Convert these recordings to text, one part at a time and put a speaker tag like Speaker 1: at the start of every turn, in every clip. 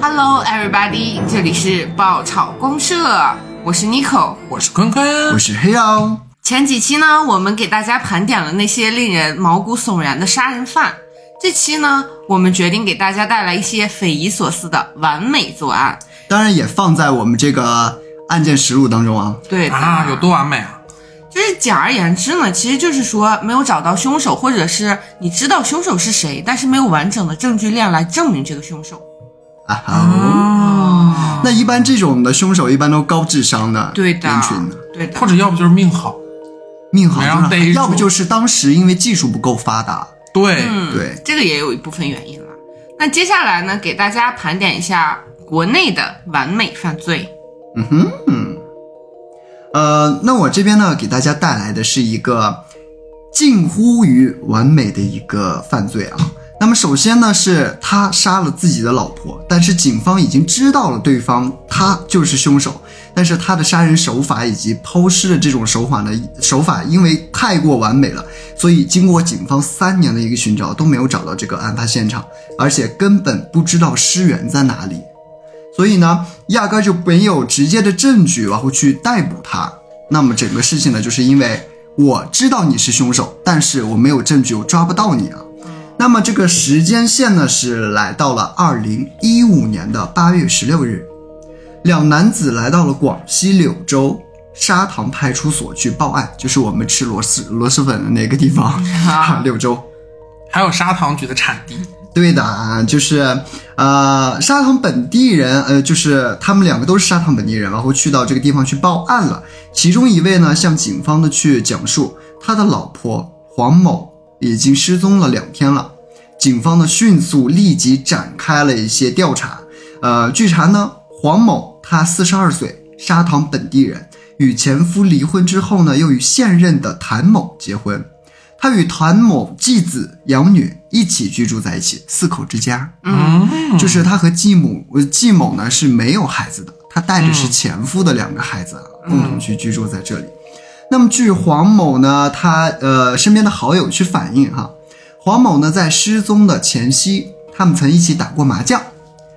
Speaker 1: Hello everybody，这里是爆炒公社，我是 Nico。
Speaker 2: 我是坤啊
Speaker 3: 我
Speaker 2: 坤，
Speaker 3: 是黑啊哦曜，
Speaker 1: 前几期呢，我们给大家盘点了那些令人毛骨悚然的杀人犯，这期呢，我们决定给大家带来一些匪夷所思的完美作案。
Speaker 3: 当然也放在我们这个案件实录当中啊。
Speaker 1: 对的
Speaker 2: 啊，有多完美啊！
Speaker 1: 就是简而言之呢，其实就是说没有找到凶手，或者是你知道凶手是谁，但是没有完整的证据链来证明这个凶手。
Speaker 3: 啊
Speaker 1: 嗯
Speaker 3: 哈，
Speaker 2: 啊，
Speaker 3: 那一般这种的凶手一般都高智商的
Speaker 1: 对的
Speaker 3: 人群的，，
Speaker 1: 对的
Speaker 2: 或。者要不就是命好，
Speaker 3: 命好
Speaker 2: 没让
Speaker 3: 就是
Speaker 2: 逮住
Speaker 3: 要不就是当时因为技术不够发达，
Speaker 2: 对，
Speaker 1: 嗯
Speaker 3: 对，
Speaker 1: 这个也有一部分原因了。那接下来呢，给大家盘点一下国内的完美犯罪。
Speaker 3: 嗯哼，嗯呃，那我这边呢给大家带来的是一个近乎于完美的一个犯罪啊。那么首先呢是他杀了自己的老婆，但是警方已经知道了对方他就是凶手，但是他的杀人手法以及抛尸的这种手法呢手法，因为太过完美了，所以经过警方三年的一个寻找都没有找到这个案发现场，而且根本不知道尸源在哪里。所以呢，压根儿就没有直接的证据，然后去逮捕他。那么整个事情呢，就是因为我知道你是凶手，但是我没有证据，我抓不到你啊。那么这个时间线呢，是来到了二零一五年的八月十六日，两男子来到了广西柳州沙塘派出所去报案，就是我们吃螺蛳螺蛳粉的那个地方，
Speaker 1: 嗯啊
Speaker 3: 柳州。
Speaker 2: 还有砂糖橘的产地，
Speaker 3: 对的啊，就是呃，沙塘本地人，呃，就是他们两个都是沙塘本地人，然后去到这个地方去报案了。其中一位呢，向警方的去讲述，他的老婆黄某已经失踪了两天了。警方呢，迅速立即展开了一些调查。呃，据查呢，黄某他四十二岁，沙塘本地人，与前夫离婚之后呢，又与现任的谭某结婚。他与谭某继子养女一起居住在一起，四口之家。
Speaker 2: 嗯，
Speaker 3: 就是他和继母呃继某呢是没有孩子的，他带着是前夫的两个孩子、啊共同去居住在这里。那么据黄某呢，他呃身边的好友去反映哈，黄某呢在失踪的前夕，他们曾一起打过麻将。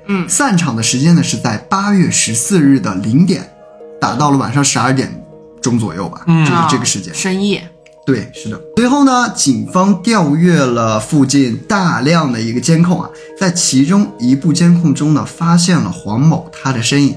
Speaker 1: 嗯
Speaker 3: 散场的时间呢是在八月十四日的零点，打到了晚上十二点钟左右吧，
Speaker 2: 嗯
Speaker 3: 就是这个
Speaker 1: 啊
Speaker 3: 时间。
Speaker 1: 深夜，
Speaker 3: 对，是的。随后呢，警方调阅了附近大量的一个监控啊，在其中一部监控中呢，发现了黄某他的身影，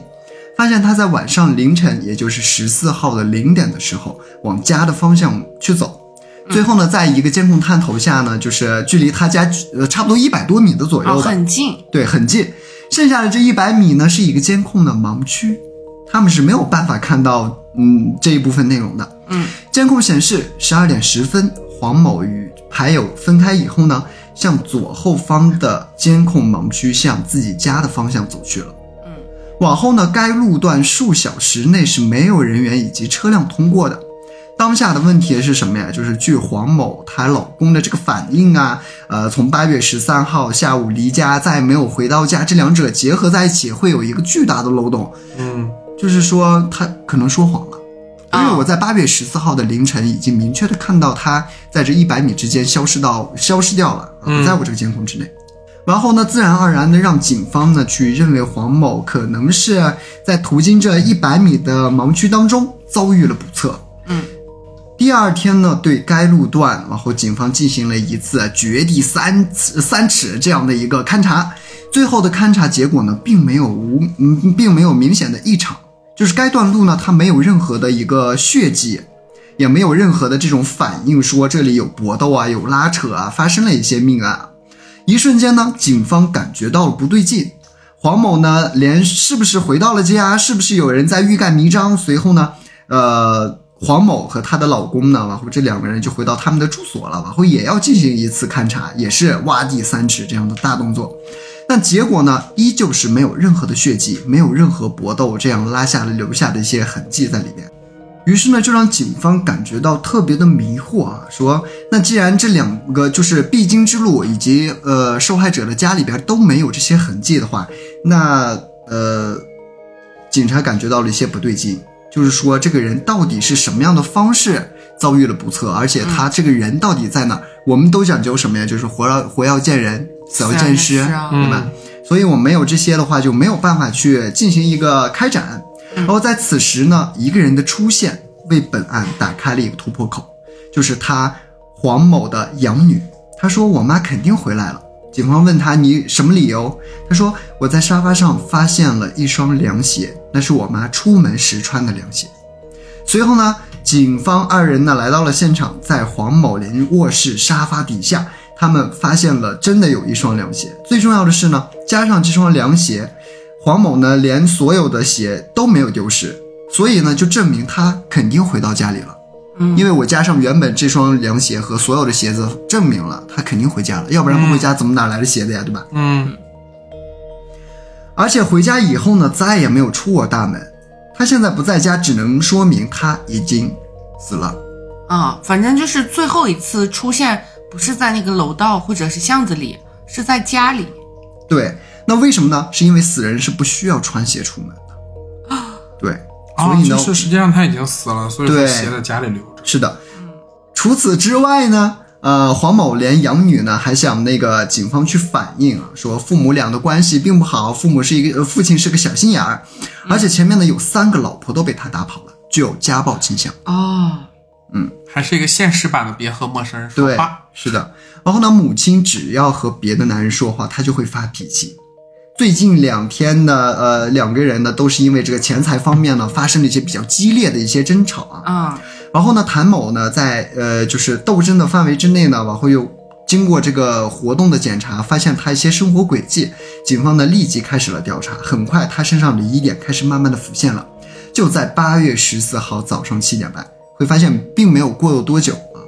Speaker 3: 发现他在晚上凌晨，也就是十四号的零点的时候，往家的方向去走。
Speaker 1: 嗯
Speaker 3: 最后呢，在一个监控探头下呢，就是距离他家呃差不多一百多米的左
Speaker 1: 哦，
Speaker 3: 右吧，
Speaker 1: 很近，
Speaker 3: 对，很近。剩下的这一百米呢，是一个监控的盲区，他们是没有办法看到嗯这一部分内容的。
Speaker 1: 嗯，
Speaker 3: 监控显示，十二点十分，黄某与牌友分开以后呢，向左后方的监控盲区向自己家的方向走去了。
Speaker 1: 嗯，
Speaker 3: 往后呢，该路段数小时内是没有人员以及车辆通过的。当下的问题是什么呀？就是据黄某她老公的这个反应啊，呃，从八月十三号下午离家，再没有回到家，这两者结合在一起会有一个巨大的漏洞，
Speaker 2: 嗯，
Speaker 3: 就是说他可能说谎了。因为
Speaker 1: 啊
Speaker 3: 我在八月十四号的凌晨已经明确的看到他在这一百米之间消失到消失掉了，啊
Speaker 2: 嗯
Speaker 3: 不在我这个监控之内。然后呢，自然而然的让警方呢去认为黄某可能是在途经这一百米的盲区当中遭遇了不测。
Speaker 1: 嗯，
Speaker 3: 第二天呢，对该路段，然后警方进行了一次掘地三尺三尺这样的一个勘察。最后的勘察结果呢，并没有无嗯，并没有明显的异常，就是该段路呢，它没有任何的一个血迹，也没有任何的这种反应，说这里有搏斗啊，有拉扯啊，发生了一些命案啊。一瞬间呢，警方感觉到了不对劲。黄某呢，连是不是回到了家，是不是有人在欲盖弥彰？随后呢，呃，黄某和她的老公呢，然后这两个人就回到他们的住所了，然后也要进行一次勘查，也是挖地三尺这样的大动作。但结果呢，依旧是没有任何的血迹，没有任何搏斗这样拉下留下的一些痕迹在里边。于是呢，就让警方感觉到特别的迷惑啊，说那既然这两个就是必经之路以及呃受害者的家里边都没有这些痕迹的话，那呃，警察感觉到了一些不对劲，就是说这个人到底是什么样的方式遭遇了不测，而且他这个人到底在哪儿？我们都讲究什么呀？就是活要活要见人，死要见
Speaker 1: 死
Speaker 3: 尸，嗯
Speaker 1: 要见尸啊
Speaker 3: 对吧？所以我没有这些的话，就没有办法去进行一个开展。然后在此时呢，一个人的出现为本案打开了一个突破口，就是他黄某的养女，她说我妈肯定回来了。警方问他你什么理由？他说我在沙发上发现了一双凉鞋，那是我妈出门时穿的凉鞋。随后呢，警方二人呢来到了现场，在黄某林卧室沙发底下，他们发现了真的有一双凉鞋。最重要的是呢，加上这双凉鞋，黄某呢连所有的鞋都没有丢失，所以呢就证明他肯定回到家里了。
Speaker 1: 嗯
Speaker 3: 因为我加上原本这双凉鞋和所有的鞋子，证明了他肯定回家了，要不然不回家怎么哪来的鞋子呀，对吧？
Speaker 2: 嗯
Speaker 3: 而且回家以后呢，再也没有出过大门。他现在不在家，只能说明他已经死了。
Speaker 1: 啊，反正就是最后一次出现不是在那个楼道或者是巷子里，是在家里。
Speaker 3: 对，那为什么呢？是因为死人是不需要穿鞋出门的。对，所
Speaker 2: 啊，
Speaker 3: 以
Speaker 2: 就
Speaker 3: 呢，
Speaker 2: 是实际上他已经死了，所以说
Speaker 3: 对
Speaker 2: 鞋在家里留着。
Speaker 3: 是的。除此之外呢，呃，黄某连养女呢还向那个警方去反映啊，说父母俩的关系并不好，父母是一个呃父亲是个小心眼儿，而且前面呢有三个老婆都被他打跑了，具有家暴倾向。
Speaker 1: 哦，
Speaker 2: 还是一个现实版的别和陌生人说
Speaker 3: 对
Speaker 2: 话。，
Speaker 3: 是的。然后呢，母亲只要和别的男人说话，她就会发脾气。最近两天呢，呃，两个人呢都是因为这个钱财方面呢发生了一些比较激烈的一些争吵啊。
Speaker 1: 啊，
Speaker 3: 然后呢，谭某呢在呃就是斗争的范围之内呢，往后又经过这个活动的检查，发现他一些生活轨迹，警方呢立即开始了调查。很快，他身上的疑点开始慢慢的浮现了。就在八月十四号早上七点半，会发现并没有过多久啊，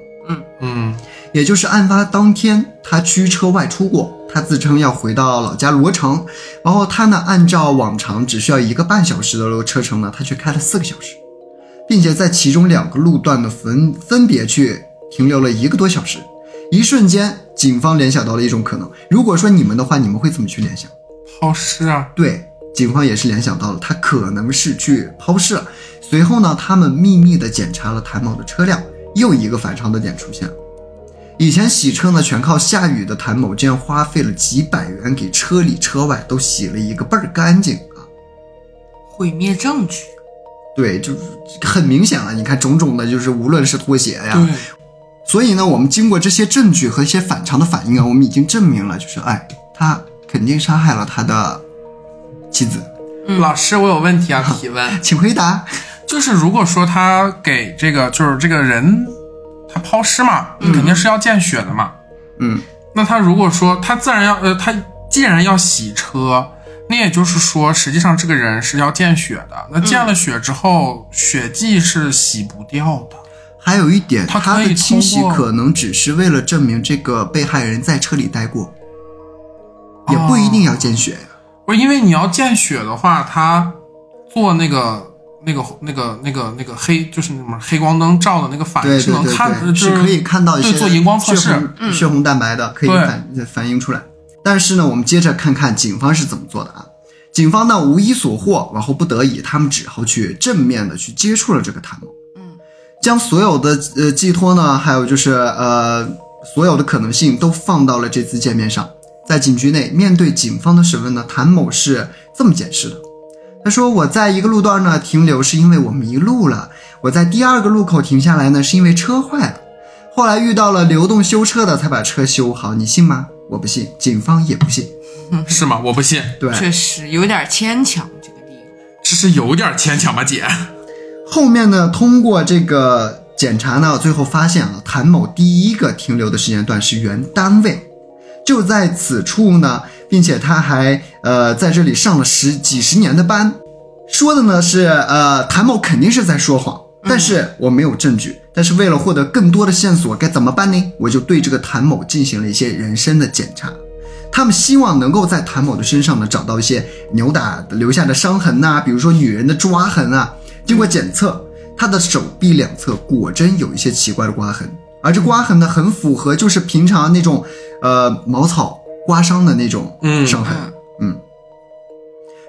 Speaker 2: 嗯
Speaker 3: 也就是案发当天，他驱车外出过。他自称要回到老家罗城，然后他呢，按照往常只需要一个半小时的车程呢，他却开了四个小时，并且在其中两个路段呢分分别去停留了一个多小时。一瞬间，警方联想到了一种可能，如果说你们的话，你们会怎么去联想？
Speaker 2: 抛尸啊，
Speaker 3: 对，警方也是联想到了他可能是去抛尸了。随后呢，他们秘密的检查了谭某的车辆，又一个反常的点出现了。以前洗车呢，全靠下雨的谭某，竟然花费了几百元给车里车外都洗了一个倍儿干净啊！
Speaker 1: 毁灭证据。
Speaker 3: 对，就是很明显了。你看，种种的，就是无论是拖鞋
Speaker 1: 啊
Speaker 3: 呀，
Speaker 2: 对，
Speaker 3: 所以呢，我们经过这些证据和一些反常的反应啊，我们已经证明了，就是哎，他肯定杀害了他的妻子。
Speaker 1: 嗯
Speaker 2: 老师，我有问题要提 问，
Speaker 3: 请回答。
Speaker 2: 就是如果说他给这个就是这个人，他抛尸嘛，肯定是要见血的嘛。
Speaker 3: 嗯，
Speaker 2: 那他如果说他自然要呃，他既然要洗车，那也就是说，实际上这个人是要见血的。那见了血之后，血迹是洗不掉的。
Speaker 3: 还有一点，
Speaker 2: 他
Speaker 3: 他
Speaker 2: 可以
Speaker 3: 的清洗
Speaker 2: 通过
Speaker 3: 可能只是为了证明这个被害人在车里待过，也不一定
Speaker 2: 哦
Speaker 3: 要见血呀。
Speaker 2: 不是因为你要见血的话，他做那个那个那个那个那个黑，就是那什么黑光灯照的那个反应
Speaker 3: 对
Speaker 2: 哎是
Speaker 3: 对
Speaker 2: 能
Speaker 3: 对
Speaker 2: 看，呃
Speaker 3: 对，
Speaker 2: 就是
Speaker 3: 可以看到一
Speaker 2: 对
Speaker 3: 些
Speaker 2: 做荧光测
Speaker 3: 血
Speaker 2: 试
Speaker 3: 红，血红蛋白的，可以
Speaker 2: 对
Speaker 3: 反反映出来。但是呢，我们接着看看警方是怎么做的啊。警方呢无一所获，往后不得已，他们只好去正面的去接触了这个谭某，
Speaker 1: 嗯，
Speaker 3: 将所有的呃寄托呢，还有就是呃所有的可能性都放到了这次见面上。在警局内，面对警方的审问呢，谭某是这么解释的：他说我在一个路段呢停留是因为我迷路了，我在第二个路口停下来呢是因为车坏了，后来遇到了流动修车的才把车修好，你信吗？我不信，警方也不信。
Speaker 2: 是吗？我不 信，
Speaker 3: 对，
Speaker 1: 确实有点牵强这个理由。
Speaker 2: 这是有点牵强吧，姐。
Speaker 3: 后面呢，通过这个检查呢，最后发现啊，谭某第一个停留的时间段是原单位，就在此处呢，并且他还呃在这里上了十几十年的班，说的呢是呃谭某肯定是在说谎，但是我没有证据，但是为了获得更多的线索，该怎么办呢？我就对这个谭某进行了一些人身的检查。他们希望能够在谭某的身上呢找到一些扭打留下的伤痕呐、比如说女人的抓痕啊。经过检测，他的手臂两侧果真有一些奇怪的刮痕，而这刮痕呢，很符合就是平常那种呃茅草刮伤的那种
Speaker 2: 嗯
Speaker 3: 伤痕。嗯，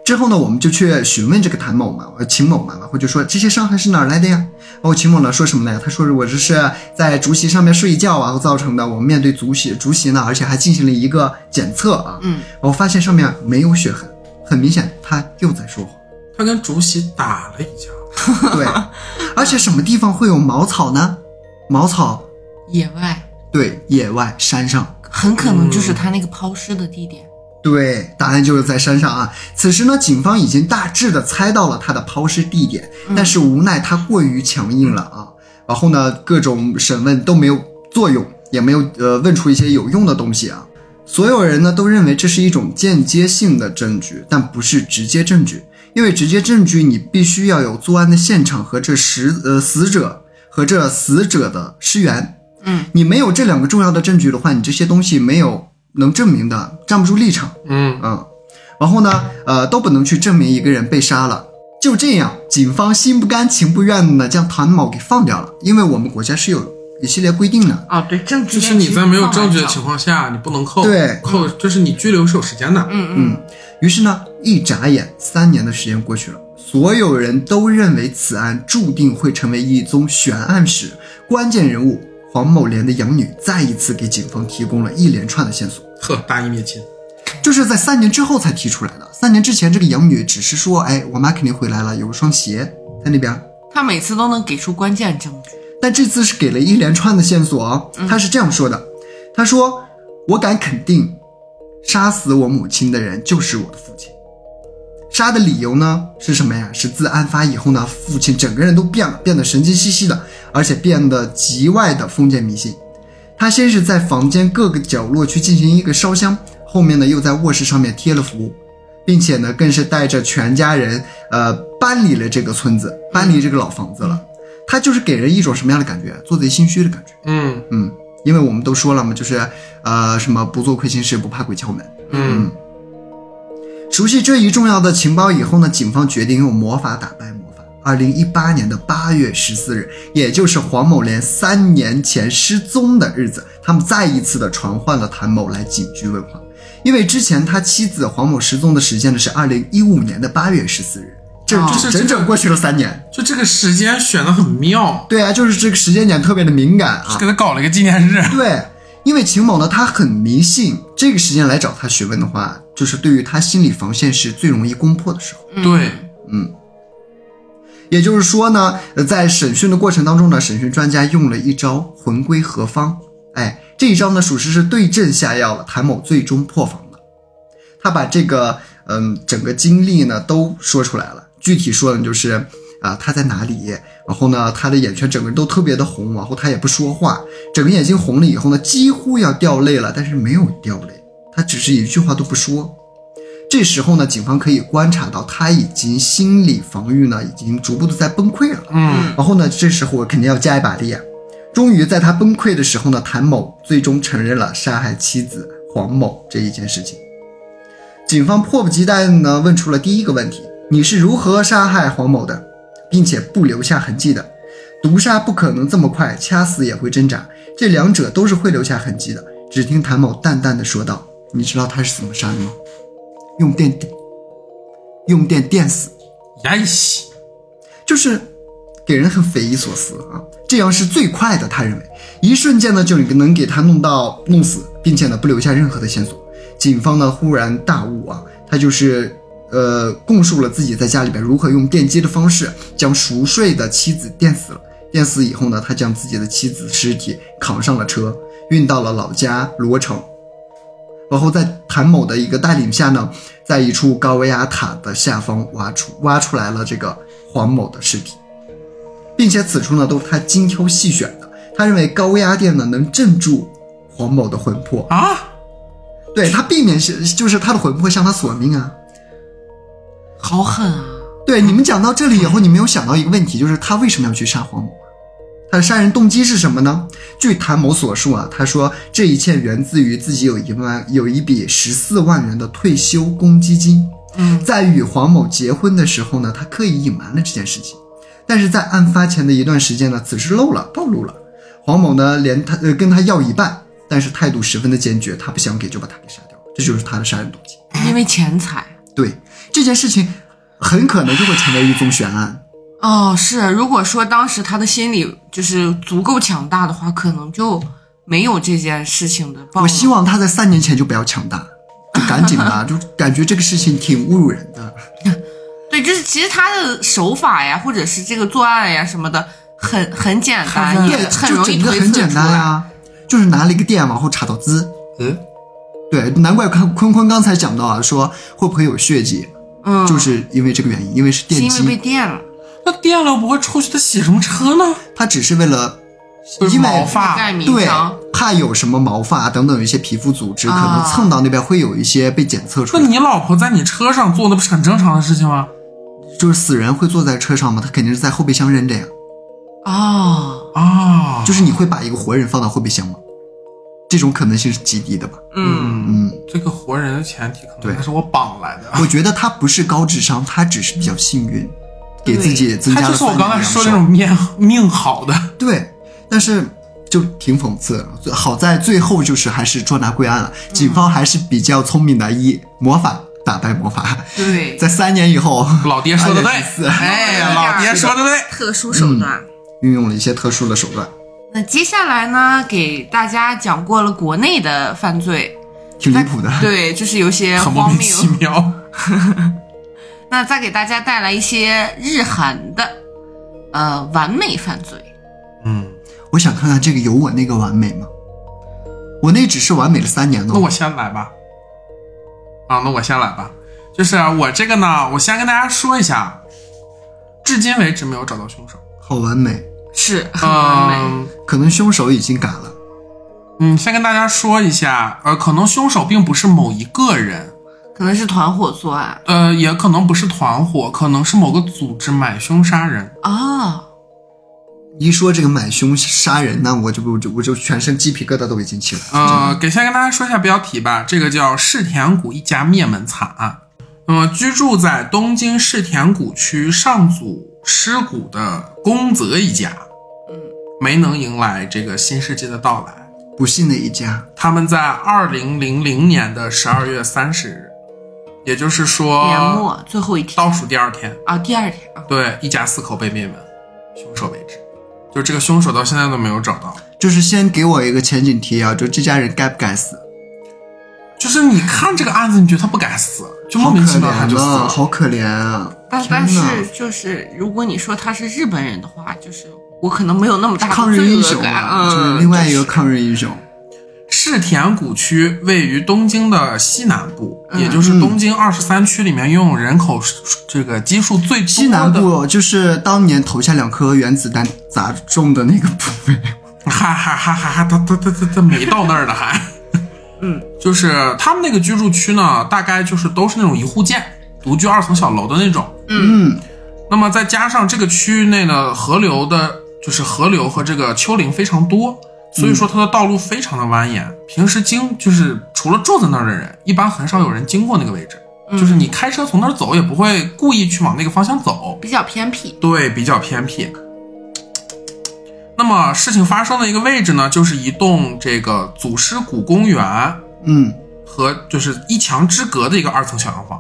Speaker 3: 之后呢，我们就去询问这个谭某嘛，呃，秦某嘛，或者说这些伤痕是哪儿来的呀？哦，秦某呢说什么呢？他说我这是在竹席上面睡觉啊造成的。我们面对竹席，竹席呢，而且还进行了一个检测啊，
Speaker 1: 嗯，
Speaker 3: 我发现上面没有血痕，很明显他又在说谎。
Speaker 2: 他跟竹席打了一架，
Speaker 3: 对，而且什么地方会有茅草呢？茅草，
Speaker 1: 野外
Speaker 3: 对，野外山上。
Speaker 1: 很可能
Speaker 3: 嗯
Speaker 1: 就是他那个抛尸的地点。
Speaker 3: 对，答案就是在山上啊。此时呢，警方已经大致的猜到了他的抛尸地点，但是无奈他过于强硬了啊。然后呢，各种审问都没有作用，也没有呃问出一些有用的东西啊。所有人呢都认为这是一种间接性的证据，但不是直接证据，因为直接证据你必须要有作案的现场和这死呃死者和这死者的尸源。
Speaker 1: 嗯，
Speaker 3: 你没有这两个重要的证据的话，你这些东西没有能证明的，站不住立场。
Speaker 2: 嗯，
Speaker 3: 嗯，然后呢，呃，都不能去证明一个人被杀了。就这样，警方心不甘情不愿的呢，将谭某给放掉了，因为我们国家是有一系列规定的。
Speaker 1: 哦，对，证据
Speaker 2: 就是你在没有证据的
Speaker 1: 况，
Speaker 2: 情况下，你不能扣，
Speaker 3: 对
Speaker 2: 扣就是你拘留是有时间的，
Speaker 1: 嗯嗯，
Speaker 3: 于是呢，一眨眼，三年的时间过去了，所有人都认为此案注定会成为一宗悬案时，关键人物黄某莲的养女再一次给警方提供了一连串的线索。
Speaker 2: 呵，大义灭亲，
Speaker 3: 就是在三年之后才提出来的。三年之前，这个养女只是说：“哎，我妈肯定回来了，有一双鞋在那边。”
Speaker 1: 他每次都能给出关键证据。
Speaker 3: 但这次是给了一连串的线索啊。他是这样说的：“他说，我敢肯定，杀死我母亲的人就是我的父亲。杀的理由呢是什么呀？是自案发以后呢，父亲整个人都变了，变得神经兮兮的，而且变得极外的封建迷信。他先是在房间各个角落去进行一个烧香，后面呢又在卧室上面贴了符，并且呢更是带着全家人呃搬离了这个村子，搬离这个老房子了。他就是给人一种什么样的感觉？做贼心虚的感觉。
Speaker 2: 嗯
Speaker 3: 嗯，因为我们都说了嘛，就是呃什么不做亏心事，不怕鬼敲门。
Speaker 2: 嗯
Speaker 3: 熟悉这一重要的情报以后呢，警方决定用魔法打败魔法。二零一八年的八月十四日，也就是黄某莲三年前失踪的日子，他们再一次的传唤了谭某来警局问话，因为之前他妻子黄某失踪的时间呢是二零一五年的八月十四日，这
Speaker 1: 哦
Speaker 3: 这整整过去了三年。
Speaker 2: 就这个时间选的很妙，
Speaker 3: 对啊，就是这个时间点特别的敏感啊
Speaker 2: 给。他搞了一个纪念日，
Speaker 3: 对，因为秦某呢，他很迷信，这个时间来找他询问的话，就是对于他心理防线是最容易攻破的时候。
Speaker 1: 嗯
Speaker 2: 对，
Speaker 3: 也就是说呢，呃，在审讯的过程当中呢，审讯专家用了一招“魂归何方”，哎，这一招呢，属实是对症下药了。谭某最终破防了，他把这个嗯整个经历呢都说出来了，具体说的就是啊、他在哪里，然后呢他的眼圈整个人都特别的红，然后他也不说话，整个眼睛红了以后呢，几乎要掉泪了，但是没有掉泪，他只是一句话都不说。这时候呢，警方可以观察到他已经心理防御呢已经逐步的在崩溃了。
Speaker 2: 嗯，
Speaker 3: 然后呢，这时候我肯定要加一把力啊。终于在他崩溃的时候呢，谭某最终承认了杀害妻子黄某这一件事情。警方迫不及待地呢问出了第一个问题：你是如何杀害黄某的，并且不留下痕迹的？毒杀不可能这么快，掐死也会挣扎，这两者都是会留下痕迹的。只听谭某淡淡的说道：“你知道他是怎么杀的吗？用电电，用电电死。”
Speaker 2: 呀西，
Speaker 3: 就是给人很匪夷所思啊。这样是最快的，他认为，一瞬间呢就能给他弄到弄死，并且呢不留下任何的线索。警方呢忽然大悟啊，他就是呃供述了自己在家里边如何用电击的方式将熟睡的妻子电死了。电死以后呢，他将自己的妻子尸体扛上了车，运到了老家罗城。然后在谭某的一个带领下呢，在一处高压塔的下方挖出挖出来了这个黄某的尸体，并且此处呢都是他精挑细选的。他认为高压电呢能镇住黄某的魂魄，
Speaker 2: 啊，
Speaker 3: 对他避免是就是他的魂魄向他索命啊。
Speaker 1: 好狠啊！
Speaker 3: 对你们讲到这里以后，你没有想到一个问题，就是他为什么要去杀黄某？他的杀人动机是什么呢？据谭某所述啊，他说这一切源自于自己有一万有一笔十四万元的退休公积金。
Speaker 1: 嗯，
Speaker 3: 在与黄某结婚的时候呢，他刻意隐瞒了这件事情，但是在案发前的一段时间呢，此事漏了暴露了。黄某呢，连他呃跟他要一半，但是态度十分的坚决，他不想给就把他给杀掉了，这就是他的杀人动机。
Speaker 1: 因为钱财，
Speaker 3: 对，这件事情很可能就会成为一宗悬案。
Speaker 1: 哦，是，如果说当时他的心理就是足够强大的话，可能就没有这件事情的报。
Speaker 3: 我希望他在三年前就不要强大，就赶 紧吧，就感觉这个事情挺侮辱人的。
Speaker 1: 对，就是其实他的手法呀，或者是这个作案呀什么的，很很简
Speaker 2: 很
Speaker 1: 单，也
Speaker 3: 对，
Speaker 1: 嗯很
Speaker 3: 就
Speaker 1: 容易
Speaker 3: 整个
Speaker 1: 推
Speaker 3: 很
Speaker 1: 测
Speaker 3: 简
Speaker 1: 出
Speaker 3: 单
Speaker 1: 来。
Speaker 3: 啊，就是拿了一个电往后插到滋。
Speaker 2: 嗯，
Speaker 3: 对，难怪坤坤坤刚才讲到啊，说会不会有血迹，
Speaker 1: 嗯，
Speaker 3: 就是因为这个原因，因为是
Speaker 1: 是
Speaker 3: 电
Speaker 1: 因为被
Speaker 3: 击，
Speaker 1: 电了，
Speaker 2: 那电了不会出去，他洗什么车呢？
Speaker 3: 他只是为了
Speaker 2: 就是
Speaker 3: 因为
Speaker 2: 毛发
Speaker 1: 盖迷
Speaker 3: 对
Speaker 1: 墙。
Speaker 3: 怕有什么毛发等等一些皮肤组织可能
Speaker 1: 啊
Speaker 3: 蹭到那边会有一些被检测出
Speaker 2: 那
Speaker 3: 来，
Speaker 2: 你老婆在你车上坐，那不是很正常的事情吗？
Speaker 3: 就是死人会坐在车上吗？他肯定是在后备箱扔的呀，
Speaker 1: 哦，
Speaker 2: 啊，
Speaker 3: 就是你会把一个活人放到后备箱吗？这种可能性是极 低的吧？
Speaker 1: 嗯，
Speaker 3: 嗯，
Speaker 2: 这个活人的前提可
Speaker 3: 对
Speaker 2: 能还是我绑来的，
Speaker 3: 我觉得他不是高智商，他只是比较幸运，给自己 增
Speaker 2: 他
Speaker 3: 加
Speaker 2: 就
Speaker 3: 了
Speaker 2: 是我
Speaker 3: 三
Speaker 2: 刚才
Speaker 3: 年
Speaker 2: 说
Speaker 3: 阳
Speaker 2: 的那
Speaker 3: 寿
Speaker 2: 种命命好的，
Speaker 3: 对，但是就挺讽刺。最好在最后就是还是捉拿归案了，
Speaker 2: 嗯
Speaker 3: 警方还是比较聪明的，以魔法打败魔法，
Speaker 1: 对，
Speaker 3: 在三年以后，
Speaker 2: 老爹说的对
Speaker 3: 二月十四，
Speaker 2: 哎，老爹说的对。
Speaker 1: 特殊手段。
Speaker 3: 运用了一些特殊的手段，
Speaker 1: 那接下来呢，给大家讲过了国内的犯罪，
Speaker 3: 挺离谱的。
Speaker 1: 对，就是有些
Speaker 2: 很莫
Speaker 1: 荒
Speaker 2: 名其
Speaker 1: 谬。
Speaker 2: 妙，
Speaker 1: 那再给大家带来一些日韩的，呃，完美犯罪。
Speaker 2: 嗯，
Speaker 3: 我想看看这个有我那个完美吗？我那只是完美了三年
Speaker 2: 那
Speaker 3: 哦
Speaker 2: 我。先来吧。啊，那我先来吧。就是我这个呢，我先跟大家说一下，至今为止没有找到凶手。
Speaker 3: 好完美，
Speaker 1: 是很完美。
Speaker 2: 嗯
Speaker 3: 可能凶手已经嘎了。
Speaker 2: 嗯，先跟大家说一下，呃，可能凶手并不是某一个人，
Speaker 1: 可能是团伙作案
Speaker 2: 呃，也可能不是团伙，可能是某个组织买凶杀人。
Speaker 1: 啊，
Speaker 3: 一说这个买凶杀人呢，我就不我就我就全身鸡皮疙瘩都已经起来了。
Speaker 2: 呃，给先跟大家说一下标题吧，这个叫世田谷一家灭门惨案。嗯、居住在东京世田谷区上祖师谷的宫泽一家，
Speaker 1: 嗯，
Speaker 2: 没能迎来这个新世界的到来。
Speaker 3: 不幸的一家，
Speaker 2: 他们在二零零零年的十二月三十日，也就是
Speaker 3: 哦
Speaker 1: 年
Speaker 2: 说
Speaker 1: 末最后一天
Speaker 2: 倒数第二天，
Speaker 1: 啊，第二天啊，
Speaker 2: 对，一家四口被灭门，凶手为止。就这个凶手到现在都没有找到。
Speaker 3: 就是先给我一个前景题啊，就这家人该不该死？
Speaker 2: 就是你看这个案子，你觉得他不该死，就
Speaker 3: 好
Speaker 2: 莫
Speaker 3: 可
Speaker 2: 名
Speaker 3: 怜
Speaker 2: 其妙他就死
Speaker 3: 啊，
Speaker 2: 了。
Speaker 3: 好可怜啊！
Speaker 1: 但
Speaker 3: 天
Speaker 1: 但
Speaker 3: 哪
Speaker 1: 是就是，如果你说他是日本人的话，就是我可能没有那么大
Speaker 3: 抗
Speaker 1: 的
Speaker 3: 日
Speaker 1: 罪
Speaker 3: 英
Speaker 1: 恶
Speaker 3: 雄
Speaker 1: 感，
Speaker 3: 啊，就是
Speaker 1: 嗯，
Speaker 3: 另外一个抗日英雄，
Speaker 2: 世田谷区位于东京的西南部，
Speaker 1: 嗯
Speaker 2: 也就是东京二十三区里面拥有人口数这个基数最多的
Speaker 3: 西南，部就是当年投下两颗原子弹砸中的那个部位。
Speaker 2: 哈哈哈哈哈，他他他他他没到那儿呢还，
Speaker 1: 嗯，
Speaker 2: 就是他们那个居住区呢，大概就是都是那种一户建独居二层小楼的那种，
Speaker 3: 嗯，
Speaker 2: 那么再加上这个区域内呢，河流的，就是河流和这个丘陵非常多，所以说它的道路非常的蜿蜒。平时经就是除了住在那儿的人，一般很少有人经过那个位置，
Speaker 1: 嗯
Speaker 2: 就是你开车从那儿走也不会故意去往那个方向走。
Speaker 1: 比较偏僻，
Speaker 2: 对，比较偏僻。那么事情发生的一个位置呢，就是一栋这个祖师谷公园
Speaker 3: 嗯，
Speaker 2: 和就是一墙之隔的一个二层小洋房，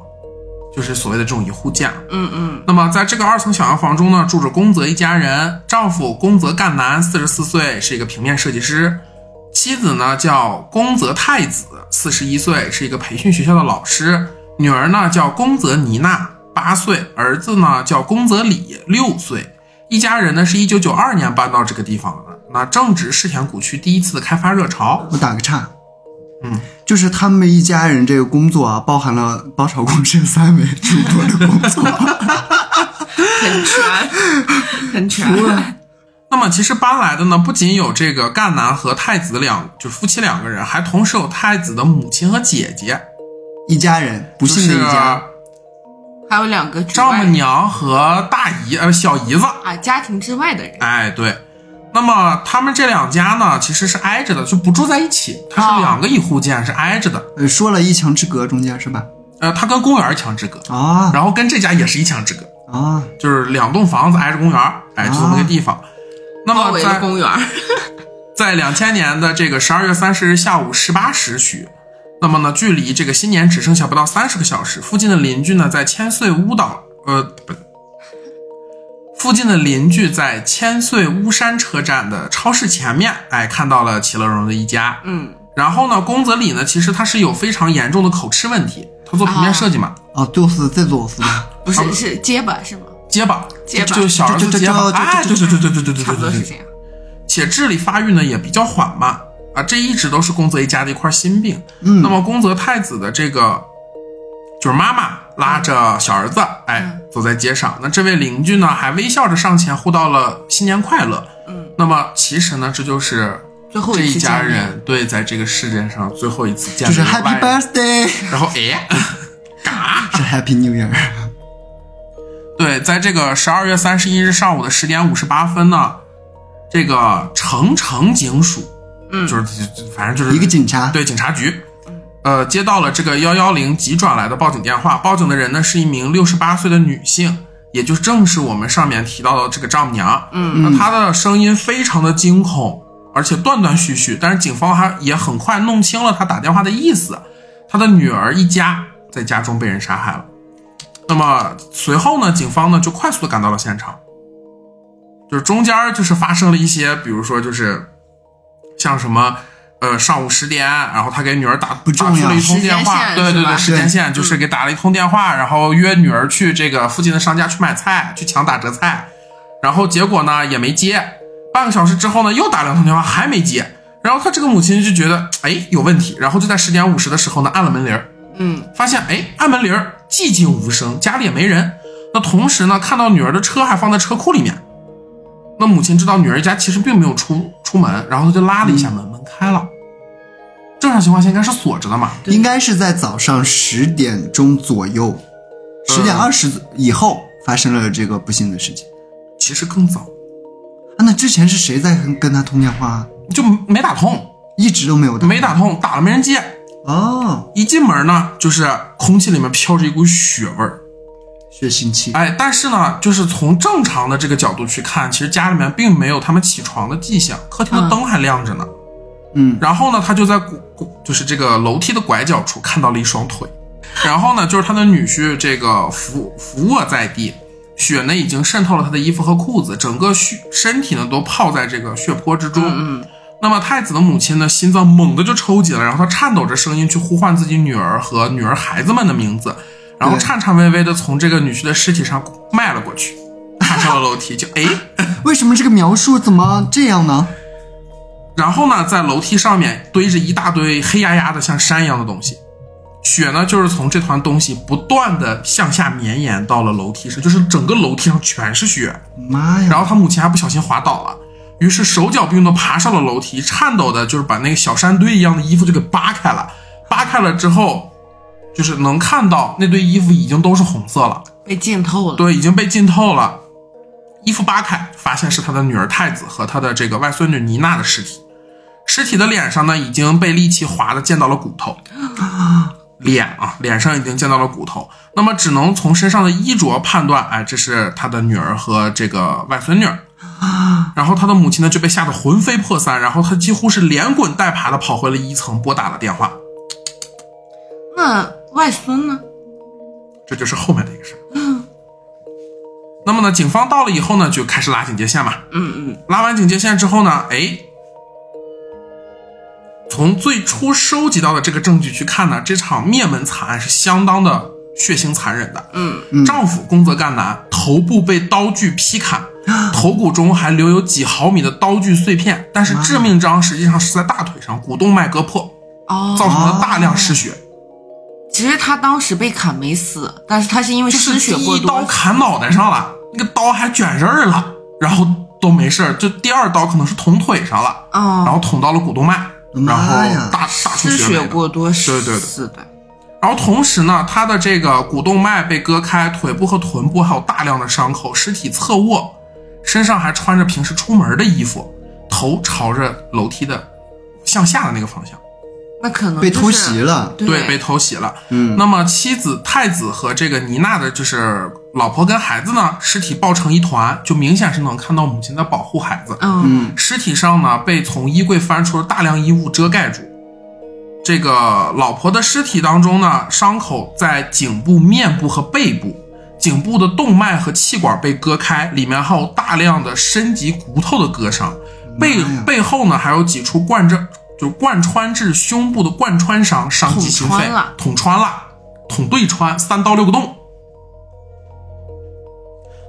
Speaker 2: 就是所谓的这种一户建。
Speaker 1: 嗯嗯
Speaker 2: 那么在这个二层小洋房中呢，住着宫泽一家人，丈夫宫泽干男，四十四岁，是一个平面设计师；妻子呢叫宫泽太子，四十一岁，是一个培训学校的老师；女儿呢叫宫泽妮娜，八岁；儿子呢叫宫泽里，六岁。一家人呢是一九九二年搬到这个地方的，那正值世田谷区第一次的开发热潮。
Speaker 3: 我打个岔，
Speaker 2: 嗯，
Speaker 3: 就是他们一家人这个工作啊，包含了包炒公社三 位主播的工作，
Speaker 1: 很全，很
Speaker 3: 除
Speaker 1: 全，
Speaker 3: 了
Speaker 2: 那么其实搬来的呢，不仅有这个干男和太子两，就是夫妻两个人，还同时有太子的母亲和姐姐。
Speaker 3: 一家人不幸的一
Speaker 2: 啊
Speaker 3: 家，
Speaker 1: 还有两个之
Speaker 2: 丈
Speaker 1: 外
Speaker 2: 母娘和大姨呃小姨子，
Speaker 1: 啊，家庭之外的人，
Speaker 2: 哎对，那么他们这两家呢其实是挨着的，就不住在一起，它
Speaker 1: 哦
Speaker 2: 是两个一户建，是挨着的。
Speaker 3: 呃，说了一墙之隔中间是吧？
Speaker 2: 呃，它跟公园一墙之隔，
Speaker 3: 啊
Speaker 2: 然后跟这家也是一墙之隔，
Speaker 3: 啊，
Speaker 2: 就是两栋房子挨着公园，哎，就这么个地方。那
Speaker 1: 包
Speaker 2: 么
Speaker 1: 围了
Speaker 2: 在
Speaker 1: 公园，
Speaker 2: 在两千年的这个十二月三十日下午十八时许，那么呢，距离这个新年只剩下不到三十个小时，附近的邻居呢在千岁屋岛，呃，不，附近的邻居在千岁屋山车站的超市前面，哎，看到了其乐融融的一家。
Speaker 1: 嗯，
Speaker 2: 然后呢，宫泽里呢，其实他是有非常严重的口吃问题，他做平面设计嘛，
Speaker 3: 啊，就是这种 是吧？
Speaker 1: 不
Speaker 2: 啊
Speaker 1: 是是结巴是吗？
Speaker 2: 结巴，
Speaker 1: 结巴
Speaker 2: 就是小儿子
Speaker 3: 就就就
Speaker 2: 结巴，
Speaker 3: 就就
Speaker 2: 哎，对
Speaker 3: 就
Speaker 2: 对对对对对对
Speaker 1: 差
Speaker 2: 对
Speaker 1: 不多
Speaker 2: 对
Speaker 1: 是
Speaker 2: 对
Speaker 1: 这，样。
Speaker 2: 且智力发育呢也比较缓慢啊，这一直都是宫泽一家的一块心病。
Speaker 3: 嗯
Speaker 2: 那么宫泽太子的这个就是妈妈拉着小儿子，哎
Speaker 1: 嗯，
Speaker 2: 走在街上。那这位邻居呢，还微笑着上前互道了新年快乐。
Speaker 1: 嗯，
Speaker 2: 那么其实呢，这就是
Speaker 1: 最后
Speaker 2: 这
Speaker 1: 一
Speaker 2: 一
Speaker 1: 次
Speaker 2: 家
Speaker 1: 见面
Speaker 2: 人对在这个世界上最后一次见
Speaker 3: 就
Speaker 2: 面，
Speaker 3: 是 Happy Birthday，
Speaker 2: 然后哎，嘎，
Speaker 3: 是 Happy New Year。
Speaker 2: 对，在这个十二月三十一日上午的十点五十八分呢，这个城城警署，
Speaker 1: 嗯
Speaker 2: 就是就就反正就是
Speaker 3: 一个警察，
Speaker 2: 对警察局，呃，接到了这个幺幺零急转来的报警电话，报警的人呢是一名六十八岁的女性，也就正是我们上面提到的这个丈母娘。
Speaker 1: 嗯
Speaker 2: 那她的声音非常的惊恐，而且断断续续，但是警方还也很快弄清了她打电话的意思，她的女儿一家在家中被人杀害了。那么随后呢，警方呢就快速的赶到了现场，就是中间儿就是发生了一些，比如说就是像什么。呃，上午十点，然后他给女儿打
Speaker 3: 不重要
Speaker 2: 打出了一通电话，
Speaker 1: 时间线
Speaker 2: 对对
Speaker 1: 是吧
Speaker 2: 对，时间
Speaker 3: 对
Speaker 2: 线就是给打了一通电话，然后约女儿去这个附近的商家去买菜，去抢打折菜，然后结果呢也没接，半个小时之后呢又打两通电话还没接，然后他这个母亲就觉得哎有问题，然后就在十点五十的时候呢按了门铃儿，
Speaker 1: 嗯
Speaker 2: 发现哎，按门铃儿寂静无声，家里也没人。那同时呢，看到女儿的车还放在车库里面。那母亲知道女儿家其实并没有出出门，然后她就拉了一下门，门开了。正常情况下应该是锁着的嘛，
Speaker 3: 应该是在早上十点钟左右，十
Speaker 2: 嗯
Speaker 3: 点二十以后发生了这个不幸的事情。
Speaker 2: 其实更早
Speaker 3: 啊，那之前是谁在跟跟他通电话啊？
Speaker 2: 就没打通，
Speaker 3: 一直都没有打，
Speaker 2: 没打通，打了没人接。
Speaker 3: 哦，
Speaker 2: 一进门呢，就是空气里面飘着一股血味儿。
Speaker 3: 血腥气，
Speaker 2: 哎，但是呢，就是从正常的这个角度去看，其实家里面并没有他们起床的迹象，客厅的灯还亮着呢。
Speaker 3: 嗯，
Speaker 2: 然后呢，他就在拐拐就是这个楼梯的拐角处看到了一双腿，然后呢，就是他的女婿这个俯俯卧在地，血呢已经渗透了他的衣服和裤子，整个血身体呢都泡在这个血泊之中。
Speaker 1: 嗯嗯，
Speaker 2: 那么太子的母亲呢，心脏猛地就抽紧了，然后她颤抖着声音去呼唤自己女儿和女儿孩子们的名字，然后
Speaker 3: 对
Speaker 2: 颤颤巍巍的从这个女婿的尸体上迈了过去， 爬上了楼梯，就哎。
Speaker 3: 为什么这个描述怎么这样呢？
Speaker 2: 然后呢，在楼梯上面堆着一大堆黑压压的像山一样的东西，雪呢就是从这团东西不断的向下绵延到了楼梯上，就是整个楼梯上全是雪。
Speaker 3: 妈呀！
Speaker 2: 然后他母亲还不小心滑倒了，于是手脚并用的爬上了楼梯，颤抖的就是把那个小山堆一样的衣服就给扒开了，扒开了之后，就是能看到那堆衣服已经都是红色了。
Speaker 1: 被浸透了。
Speaker 2: 对，已经被浸透了。衣服扒开，发现是他的女儿太子和他的这个外孙女妮娜的尸体。尸体的脸上呢，已经被利器划的见到了骨头，脸啊，脸上已经见到了骨头。那么只能从身上的衣着判断，哎，这是他的女儿和这个外孙女。然后他的母亲呢就被吓得魂飞魄散，然后他几乎是连滚带爬的跑回了一层，拨打了电话。
Speaker 1: 那外孙呢？
Speaker 2: 这就是后面的一个事儿。那么呢，警方到了以后呢，就开始拉警戒线嘛。
Speaker 1: 嗯嗯
Speaker 2: 拉完警戒线之后呢，哎，从最初收集到的这个证据去看呢，这场灭门惨案是相当的血腥残忍的。
Speaker 1: 嗯，
Speaker 3: 嗯
Speaker 2: 丈夫宫泽干男头部被刀具劈 砍，头骨中还留有几毫米的刀具碎片，但是致命伤实际上是在大腿上，股动脉割破，造
Speaker 1: 哦，
Speaker 2: 成了大量失血，
Speaker 1: 其实他当时被砍没死，但是他是因为
Speaker 2: 就
Speaker 1: 失
Speaker 2: 是
Speaker 1: 血
Speaker 2: 第
Speaker 1: 过
Speaker 2: 一刀
Speaker 1: 多。
Speaker 2: 砍脑袋上了，那个刀还卷刃儿了，然后都没事儿，就第二刀可能是捅腿上了。然
Speaker 1: 哦，
Speaker 2: 后捅到了股动脉，然
Speaker 3: 妈呀
Speaker 2: 后大大出
Speaker 1: 失
Speaker 2: 血
Speaker 1: 血
Speaker 2: 来。
Speaker 1: 过多
Speaker 2: 对对对
Speaker 1: 死的。
Speaker 2: 然后同时呢，他的这个股动脉被割开，腿部和臀部还有大量的伤口，尸体侧卧，身上还穿着平时出门的衣服，头朝着楼梯的向下的那个方向，
Speaker 1: 那可能
Speaker 3: 被
Speaker 1: 就是
Speaker 3: 偷袭。了，
Speaker 2: 对，
Speaker 1: 对，
Speaker 2: 被偷袭了。
Speaker 3: 嗯，
Speaker 2: 那么妻子太子和这个妮娜的，就是老婆跟孩子呢，尸体抱成一团，就明显是能看到母亲在保护孩子。
Speaker 1: 嗯
Speaker 3: 嗯
Speaker 2: 尸体上呢被从衣柜翻出了大量衣物遮盖住，这个老婆的尸体当中呢，伤口在颈部、面部和背部，颈部的动脉和气管被割开，里面还有大量的深及骨头的割伤，背
Speaker 3: 妈呀
Speaker 2: 背后呢还有几处贯着就贯穿至胸部的贯穿伤，伤及心
Speaker 1: 捅
Speaker 2: 肺
Speaker 1: 穿了，
Speaker 2: 捅穿了，捅对穿三到六个洞。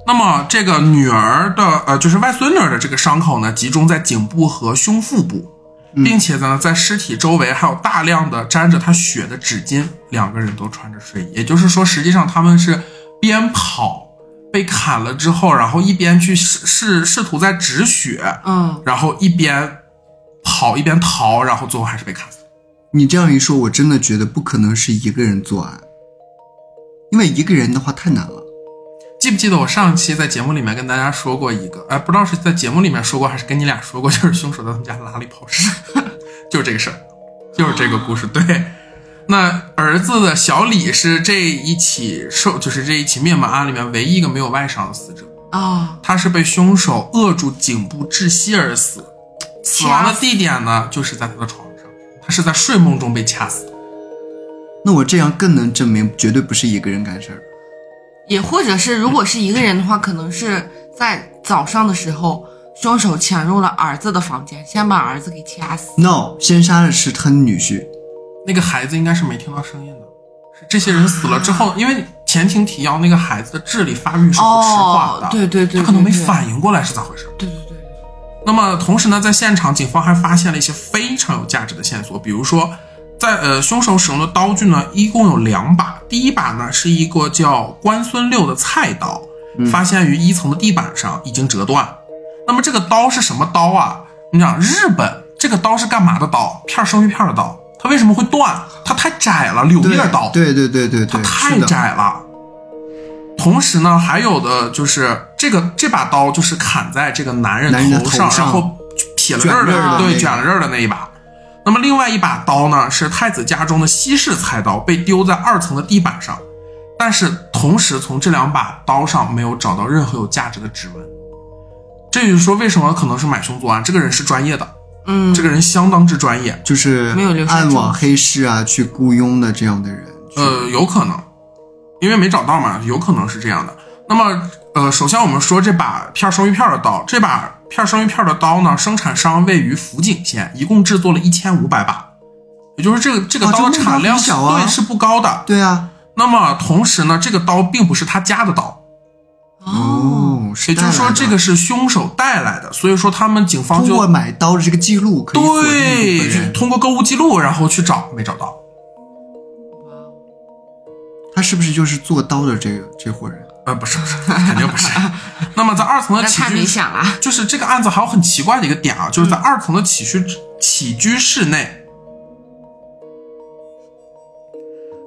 Speaker 2: 那么这个女儿的呃，就是外孙女儿的这个伤口呢，集中在颈部和胸腹部，并且呢，在尸体周围还有大量的沾着她血的纸巾，两个人都穿着睡衣，也就是说，实际上他们是边跑被砍了之后，然后一边去试试试图在止血，
Speaker 1: 嗯，
Speaker 2: 然后一边跑一边逃，然后最后还是被砍死。
Speaker 3: 你这样一说，我真的觉得不可能是一个人作案，因为一个人的话太难了。
Speaker 2: 记不记得我上期在节目里面跟大家说过一个，哎，不知道是在节目里面说过还是跟你俩说过， 就是凶手在他们家拉了一泡屎， 就是这个事儿，就是这个故事。对， 那儿子的小李是这一起受，就是这一起灭门案里面唯一一个没有外伤的死者，
Speaker 1: 哦，
Speaker 2: 他是被凶手扼住颈部窒息而死，死亡的地点呢就是在他的床上，他是在睡梦中被掐死的。
Speaker 3: 那我这样更能证明，绝对不是一个人干事儿。
Speaker 1: 也或者是如果是一个人的话，可能是在早上的时候，凶手潜入了儿子的房间，先把儿子给掐死。
Speaker 3: No，先杀的是他女婿。
Speaker 2: 那个孩子应该是没听到声音的。是这些人死了之
Speaker 1: 啊
Speaker 2: 后，因为前情提要，那个孩子的智力发育是不迟缓的，
Speaker 1: 哦对对对
Speaker 2: 他可能没
Speaker 1: 对对
Speaker 2: 反应过来是咋回事。
Speaker 1: 对对对，
Speaker 2: 那么同时呢，在现场，警方还发现了一些非常有价值的线索，比如说，在呃凶手使用的刀具呢，一共有两把，第一把呢是一个叫关孙六的菜刀，发现于一层的地板上，已经折断。那么这个刀是什么刀啊？你想日本这个刀是干嘛的刀？片儿生鱼片儿的刀，它为什么会断？它太窄了，柳
Speaker 3: 对
Speaker 2: 叶刀。
Speaker 3: 对对对对
Speaker 2: 它
Speaker 3: 对，
Speaker 2: 太
Speaker 3: 是的。
Speaker 2: 窄了。同时呢，还有的就是这个这把刀就是砍在这个男人
Speaker 3: 男人的
Speaker 2: 头上，
Speaker 3: 头上
Speaker 2: 然后撇了刃儿
Speaker 3: 卷刃
Speaker 1: 儿的
Speaker 2: 对
Speaker 3: 那个
Speaker 2: 卷了刃儿的那一把。那么另外一把刀呢，是太子家中的西式菜刀，被丢在二层的地板上。但是同时，从这两把刀上没有找到任何有价值的指纹，这就是说为什么可能是买凶作案，这个人是专业的，
Speaker 1: 嗯，
Speaker 2: 这个人相当之专业，
Speaker 3: 就是
Speaker 1: 没有留下
Speaker 3: 暗
Speaker 1: 证
Speaker 3: 网
Speaker 1: 据
Speaker 3: 黑市啊，去雇佣的这样的人。去
Speaker 2: 呃，有可能，因为没找到嘛，有可能是这样的。那么，呃，首先我们说这把片儿生鱼片儿的刀，这把片儿生鱼片儿的刀呢，生产商位于福井县，一共制作了一千五百把，也就是这个这个
Speaker 3: 哦
Speaker 2: 刀
Speaker 3: 这
Speaker 2: 的
Speaker 3: 个刀
Speaker 2: 产量
Speaker 3: 很
Speaker 2: 是、
Speaker 3: 小啊
Speaker 2: 对是不高的。
Speaker 3: 对啊，
Speaker 2: 那么同时呢，这个刀并不是他家的刀，
Speaker 1: 哦，，
Speaker 2: 也就是说
Speaker 3: 带来的
Speaker 2: 这个是凶手带来的，所以说他们警方
Speaker 3: 通
Speaker 2: 就
Speaker 3: 过买刀的这个记录可以锁定
Speaker 2: 对
Speaker 3: 部分
Speaker 2: 就
Speaker 3: 人，
Speaker 2: 通过购物记录然后去找，没找到。
Speaker 3: 他是不是就是做刀的这个这伙人？
Speaker 2: 呃，不是不是，肯定不 是。那么在二层的
Speaker 1: 那
Speaker 2: 起
Speaker 1: 太
Speaker 2: 居
Speaker 1: 明显了。
Speaker 2: 就是这个案子还有很奇怪的一个点啊，
Speaker 1: 嗯
Speaker 2: 就是在二层的起居起居室内，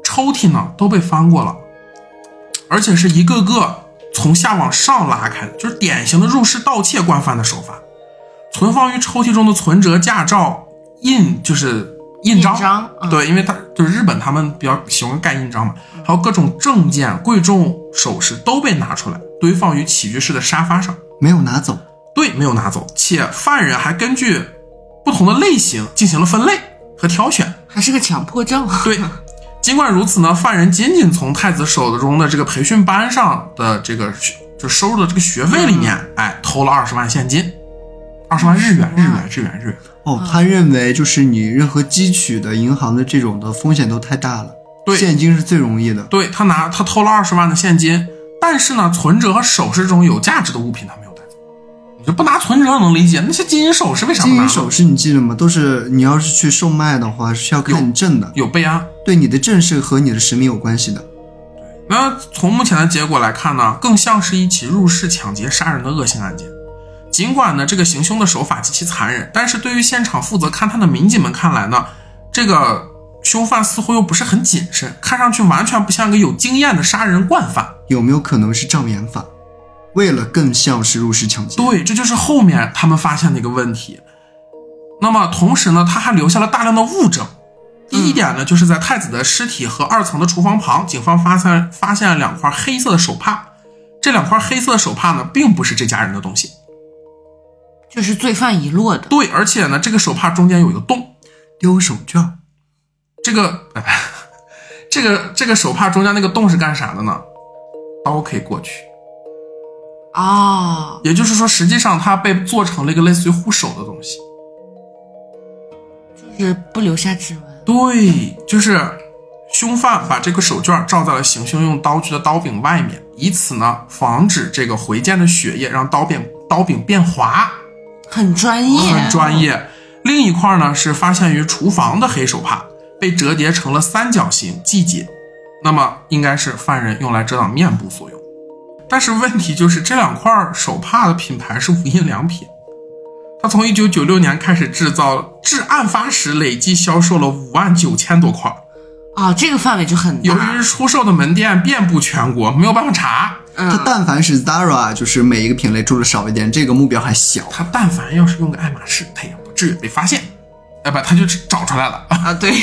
Speaker 2: 抽屉呢都被翻过了，而且是一个个从下往上拉开的，就是典型的入室盗窃惯犯的手法。存放于抽屉中的存折、驾照、印就是印章，
Speaker 1: 印章嗯
Speaker 2: 对，因为他就是日本，他们比较喜欢盖印章嘛，还有各种证件、贵重首饰都被拿出来堆放于起居室的沙发上。
Speaker 3: 没有拿走，
Speaker 2: 对，没有拿走，且犯人还根据不同的类型进行了分类和挑选。
Speaker 1: 还是个强迫症。
Speaker 2: 对，尽管如此呢，犯人仅仅从太子手中的这个培训班上的这个学就收入的这个学费里
Speaker 3: 嗯
Speaker 2: 面，哎，偷了二十万现金，二十万日元，日元，日元，日元。
Speaker 3: 哦，他认为就是你任何汲取的银行的这种的风险都太大了，
Speaker 2: 对
Speaker 3: 现金是最容易的。
Speaker 2: 对他拿他偷了二十万的现金，但是呢，存折和首饰中有价值的物品他没有带走。你就不拿存折能理解，那些金银首饰为啥不
Speaker 3: 金
Speaker 2: 拿
Speaker 3: 银
Speaker 2: 呢？
Speaker 3: 首饰你记得吗？都是你要是去售卖的话是要看你证的，
Speaker 2: 有备案。
Speaker 3: 对你的证是和你的实名有关系的。
Speaker 2: 那从目前的结果来看呢，更像是一起入室抢劫杀人的恶性案件。尽管呢，这个行凶的手法极其残忍，但是对于现场负责勘探的民警们看来呢，这个凶犯似乎又不是很谨慎，看上去完全不像一个有经验的杀人惯犯。
Speaker 3: 有没有可能是障眼法？为了更像是入室抢劫，
Speaker 2: 对，这就是后面他们发现的一个问题。那么同时呢，他还留下了大量的物证。第一点呢，就是在太子的尸体和二层的厨房旁，警方发现发现了两块黑色的手帕。这两块黑色的手帕呢，并不是这家人的东西。
Speaker 1: 就是罪犯遗落的。
Speaker 2: 对，而且呢，这个手帕中间有一个洞，
Speaker 3: 丢手绢儿，
Speaker 2: 这个，哎这个这个手帕中间那个洞是干啥的呢？刀可以过去，
Speaker 1: 哦，
Speaker 2: 也就是说，实际上它被做成了一个类似于护手的东西。
Speaker 1: 就是不留下指纹。
Speaker 2: 对，就是凶犯把这个手绢罩在了行凶用刀具的刀柄外面，以此呢防止这个回溅的血液让刀柄刀柄变滑，
Speaker 1: 很专业，
Speaker 2: 很专业。另一块呢是发现于厨房的黑手帕被折叠成了三角形系解，那么应该是犯人用来遮挡面部所用。但是问题就是这两块手帕的品牌是无印良品，它从一九九六年开始制造，至案发时累计销售了五万九千多块。
Speaker 1: 哦，这个范围就很
Speaker 2: 由
Speaker 1: 大
Speaker 2: 于。出售的门店遍布全国，没有办法查。
Speaker 3: 它
Speaker 1: 嗯，
Speaker 3: 但凡是 Zara，就是啊每一个品类出的少一点，这个目标还小。
Speaker 2: 他但凡要是用个爱马仕，他也不至于被发现。哎，不，他就找出来了。
Speaker 1: 啊，对，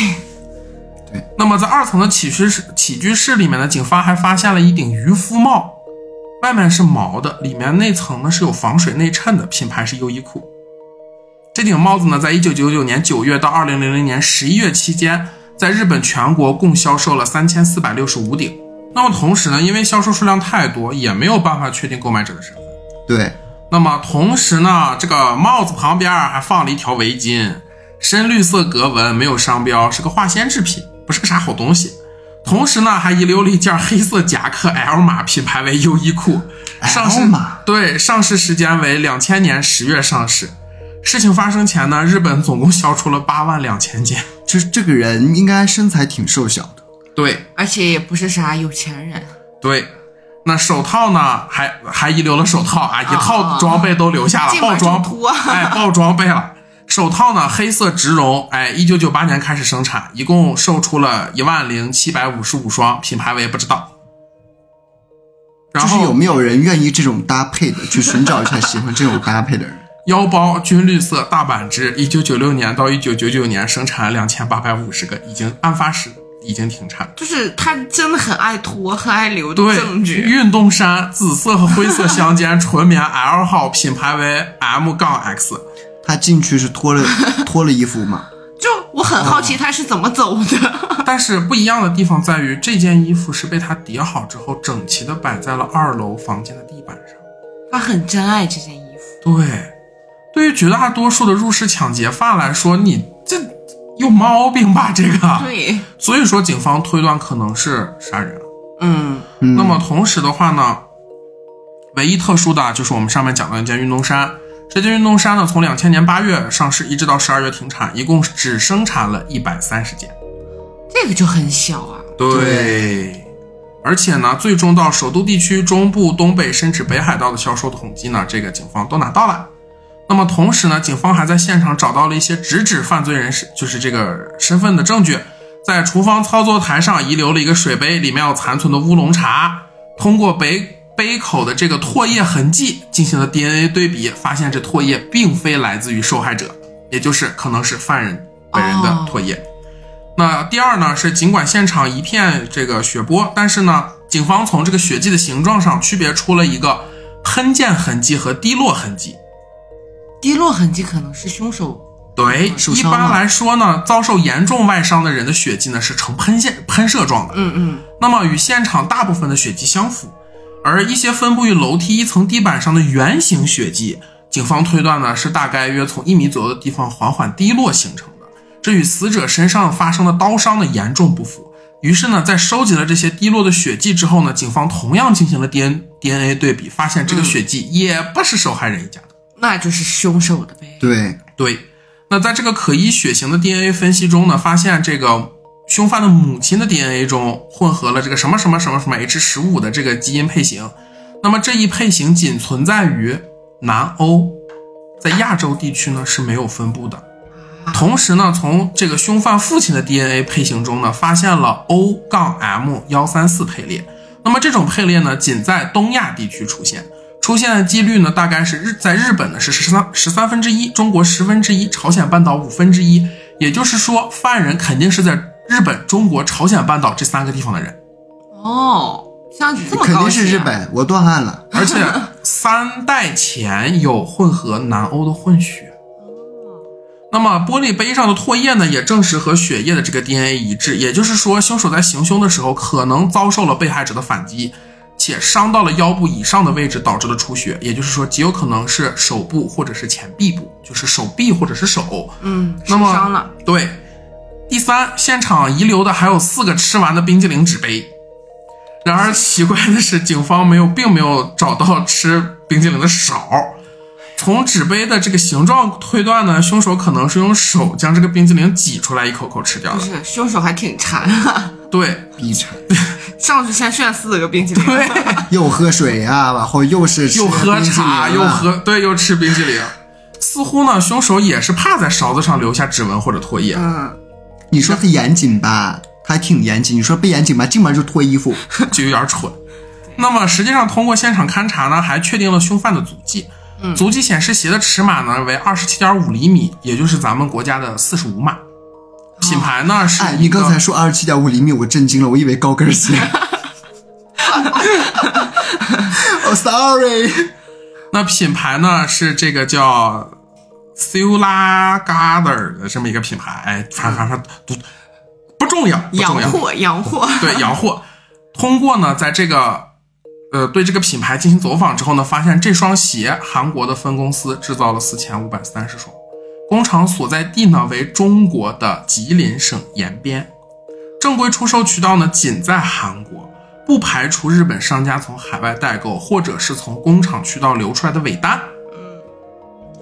Speaker 2: 那么在二层的起居室起居室里面呢，警方还发现了一顶渔夫帽，外面是毛的，里面内层呢是有防水内衬的，品牌是优衣库。这顶帽子呢，在一九九九年九月到二零零零年十一月期间，在日本全国共销售了三千四百六十五顶。那么同时呢，因为销售数量太多，也没有办法确定购买者的身份。
Speaker 3: 对，
Speaker 2: 那么同时呢，这个帽子旁边还放了一条围巾，深绿色格纹，没有商标，是个化纤制品，不是个啥好东西。同时呢，还遗留了一件黑色夹克 L 码，品牌为优衣库，哎上市
Speaker 3: L 码
Speaker 2: 对上市时间为两千年十月上市。事情发生前呢，日本总共销出了八万两千件。
Speaker 3: 就是这个人应该身材挺瘦小的，
Speaker 2: 对
Speaker 1: 而且也不是啥有钱人。
Speaker 2: 对，那手套呢，还还遗留了手套啊，一套装备都留下了，
Speaker 1: 进
Speaker 2: 爆
Speaker 1: 门
Speaker 2: 装
Speaker 1: 就脱
Speaker 2: 哎，爆装备了。手套呢，黑色植绒，哎，一九九八年开始生产，一共售出了一万零七百五十五双，品牌我也不知道。然
Speaker 3: 就是有
Speaker 2: 后
Speaker 3: 没有人愿意这种搭配的去寻找一下喜欢这种搭配的人？
Speaker 2: 腰包军绿色大阪织，一九九六年到一九九九年生产两千八百五十个，已经案发时已经停产。
Speaker 1: 就是他真的很爱拖，很爱留
Speaker 2: 对，
Speaker 1: 证据。
Speaker 2: 运动衫紫色和灰色相间，纯棉 L 号，品牌为 M 杠 X。
Speaker 3: 他进去是 脱了脱了衣服嘛？
Speaker 1: 就我很好奇他是怎么走 的。
Speaker 2: 但是不一样的地方在于，这件衣服是被他叠好之后，整齐的摆在了二楼房间的地板上。
Speaker 1: 他很珍爱这件衣服，
Speaker 2: 对，对于绝大多数的入室抢劫犯来说，你这有毛病吧？这个，
Speaker 1: 对，
Speaker 2: 所以说警方推断可能是杀人。
Speaker 1: 嗯，
Speaker 3: 嗯，
Speaker 2: 那么同时的话呢，唯一特殊的啊就是我们上面讲到那件运动衫。这件运动衫呢，从两千年八月上市一直到十二月停产，一共只生产了一百三十件。
Speaker 1: 这个就很小啊。
Speaker 2: 对，而且呢，最终到首都地区中部、东北甚至北海道的销售统计呢，这个警方都拿到了。那么同时呢，警方还在现场找到了一些直指犯罪人士就是这个身份的证据，在厨房操作台上遗留了一个水杯，里面有残存的乌龙茶。通过杯杯口的这个唾液痕迹进行了 DNA 对比，发现这唾液并非来自于受害者，也就是可能是犯人本人的唾液。那第二呢是，尽管现场一片这个血泊，但是呢，警方从这个血迹的形状上区别出了一个喷溅痕迹和滴落痕迹。
Speaker 1: 滴落痕迹可能是凶手，
Speaker 2: 对，
Speaker 3: 受
Speaker 2: 嗯一
Speaker 3: 伤
Speaker 2: 般
Speaker 3: 了
Speaker 2: 来说呢，遭受严重外伤的人的血迹呢是呈喷溅喷射状的，
Speaker 1: 嗯嗯，
Speaker 2: 那么与现场大部分的血迹相符，而一些分布于楼梯一层地板上的圆形血迹，警方推断呢是大概约从一米左右的地方缓缓滴落形成的，这与死者身上发生的刀伤的严重不符。于是呢，在收集了这些滴落的血迹之后呢，警方同样进行了 DNA DNA 对比，发现这个血迹也不是受害人一家的。
Speaker 1: 那就是凶手的呗。
Speaker 3: 对，
Speaker 2: 对，那在这个可疑血型的 DNA 分析中呢，发现这个凶犯的母亲的 DNA 中混合了这个什么什么什么什么 H 十五的这个基因配型，那么这一配型仅存在于南欧，在亚洲地区呢是没有分布的。同时呢，从这个凶犯父亲的 DNA 配型中呢，发现了 O 杠 M 幺三四配列。那么这种配列呢，仅在东亚地区出现，出现的几率呢，大概是日在日本呢是十三十三分之一，中国十分之一，朝鲜半岛五分之一。也就是说，犯人肯定是在日本、中国、朝鲜半岛这三个地方的人，
Speaker 1: 哦，像这么
Speaker 3: 肯
Speaker 1: 高
Speaker 3: 定
Speaker 1: 级啊
Speaker 3: 是日，本，我断案了。
Speaker 2: 而且三代前有混合南欧的混血。那么玻璃杯上的唾液呢，也证实和血液的这个 DNA 一致，也就是说，凶手在行凶的时候可能遭受了被害者的反击，且伤到了腰部以上的位置，导致了出血，也就是说，极有可能是手部或者是前臂部，就是手臂或者是手。
Speaker 1: 嗯，受
Speaker 2: 那么
Speaker 1: 伤了，
Speaker 2: 对，第三，现场遗留的还有四个吃完的冰激凌纸杯。然而奇怪的是，警方没有，并没有找到吃冰激凌的勺。从纸杯的这个形状推断呢，凶手可能是用手将这个冰激凌挤出来一口口吃掉
Speaker 1: 不
Speaker 2: 的。
Speaker 1: 是凶手还挺馋啊，
Speaker 2: 对，
Speaker 3: 必馋，
Speaker 1: 上去先炫四个冰淇淋，
Speaker 2: 对，
Speaker 3: 又喝水呀、然后又是吃
Speaker 2: 又喝
Speaker 3: 冰淇淋
Speaker 2: 茶，
Speaker 3: 啊
Speaker 2: 又喝，对，又吃冰激凌。似乎呢，凶手也是怕在勺子上留下指纹或者唾液。
Speaker 1: 嗯，
Speaker 3: 你说他严谨吧，他还挺严谨；你说不严谨吧，进门就脱衣 服。
Speaker 2: 就有点蠢。那么实际上，通过现场勘查呢，还确定了凶犯的足迹。足迹显示鞋的尺码呢为二十七点五厘米，也就是咱们国家的四十五码。品牌呢是
Speaker 3: 哎，
Speaker 2: 一
Speaker 3: 你
Speaker 2: 个
Speaker 3: 刚才说二十七点五厘米，我震惊了，我以为高 跟鞋。哦、s o r r y
Speaker 2: 那品牌呢是这个叫 Sula Garter 的这么一个品牌，哎反反反不不重要，不
Speaker 1: 洋
Speaker 2: 重要，
Speaker 1: 货洋货，
Speaker 2: 对洋货。通过呢，在这个呃对这个品牌进行走访之后呢，发现这双鞋韩国的分公司制造了四千五百三十双，工厂所在地呢为中国的吉林省延边，正规出售渠道呢仅在韩国，不排除日本商家从海外代购或者是从工厂渠道流出来的尾单。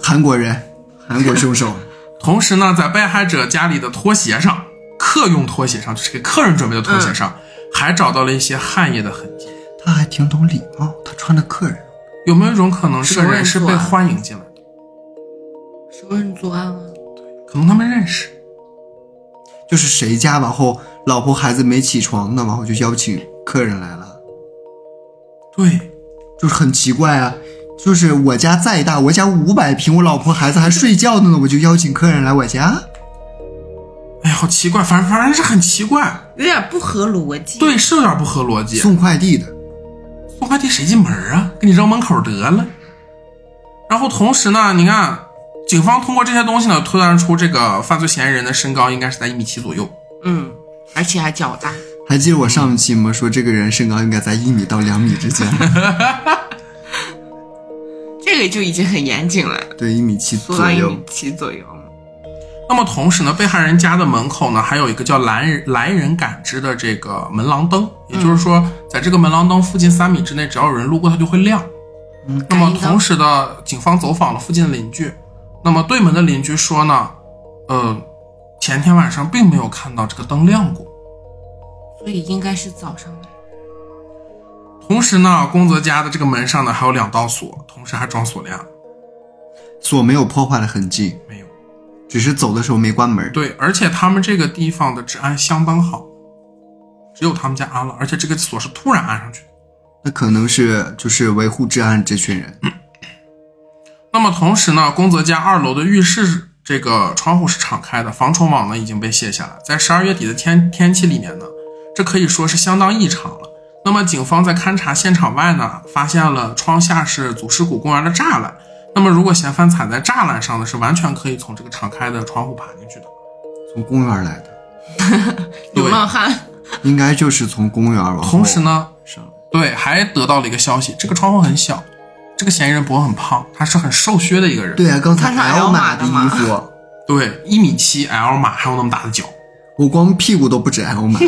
Speaker 3: 韩国人，韩国凶 手，
Speaker 2: 同时呢，在被害者家里的拖鞋上，客用拖鞋上，就是给客人准备的拖鞋上，还找到了一些汗液的痕迹。
Speaker 3: 他还挺懂礼貌，他穿的客人。
Speaker 2: 有没有一种可能，这个啊人是
Speaker 1: 熟人作
Speaker 2: 被
Speaker 1: 案
Speaker 2: 欢迎进来的？
Speaker 1: 熟人作案啊，
Speaker 2: 可能他们认识。
Speaker 3: 就是谁家，然后老婆孩子没起床呢，然后就邀请客人来了，
Speaker 2: 对，
Speaker 3: 就是很奇怪啊。就是我家再大，我家五百平，我老婆孩子还睡觉呢，我就邀请客人来我家。
Speaker 2: 哎，好奇怪，反正反正是很奇怪。
Speaker 1: 有点不合逻辑，
Speaker 2: 对，是有点不合逻辑。
Speaker 3: 送快递的，
Speaker 2: 送快递谁进门啊？给你扔门口得了。然后同时呢，你看，警方通过这些东西呢，推断出这个犯罪嫌疑人的身高应该是在一米七左右。
Speaker 1: 嗯，而且还较大，
Speaker 3: 还记得我上一期吗？说这个人身高应该在一米到两 米之间，
Speaker 1: 这个就已经很严谨了，
Speaker 3: 对，一米七
Speaker 1: 缩
Speaker 3: 左
Speaker 1: 到一
Speaker 3: 右
Speaker 1: 米。七左右了，
Speaker 2: 那么同时呢，被害人家的门口呢，还有一个叫来人来人感知的这个门廊灯，也就是说，在这个门廊灯附近三米之内，只要有人路过，它就会亮。那么同时呢，警方走访了附近的邻居，那么对门的邻居说呢，呃，前天晚上并没有看到这个灯亮过。
Speaker 1: 所以应该是早上来。
Speaker 2: 同时呢，宫泽家的这个门上呢还有两道锁，同时还装锁链，
Speaker 3: 锁没有破坏的痕迹，
Speaker 2: 没有。
Speaker 3: 只是走的时候没关门。
Speaker 2: 对，而且他们这个地方的治安相当好，只有他们家安了，而且这个锁是突然安上去的。
Speaker 3: 那可能是就是维护治安这群人，
Speaker 2: 那么同时呢，宫泽家二楼的浴室这个窗户是敞开的，防虫网呢已经被卸下来。在十二月底的天天气里面呢，这可以说是相当异常了。那么警方在勘察现场外呢，发现了窗下是祖师谷公园的栅栏。那么如果嫌犯踩在栅栏上呢，是完全可以从这个敞开的窗户爬进去的。
Speaker 3: 从公园来的，
Speaker 1: 流
Speaker 2: 对
Speaker 1: 浪汉，
Speaker 3: 应该就是从公园往后
Speaker 2: 同时呢，
Speaker 3: 上来。
Speaker 2: 对，还得到了一个消息，这个窗户很小，这个嫌疑人脖很胖，他是很瘦削的一个人，
Speaker 3: 对啊，刚才
Speaker 1: 看看 L
Speaker 3: 码
Speaker 1: 码
Speaker 3: 的
Speaker 1: 的
Speaker 3: 衣
Speaker 1: 嘛
Speaker 3: 服，
Speaker 2: 对，一米七 L 码，还有那么大的脚。
Speaker 3: 我光屁股都不止 L 码。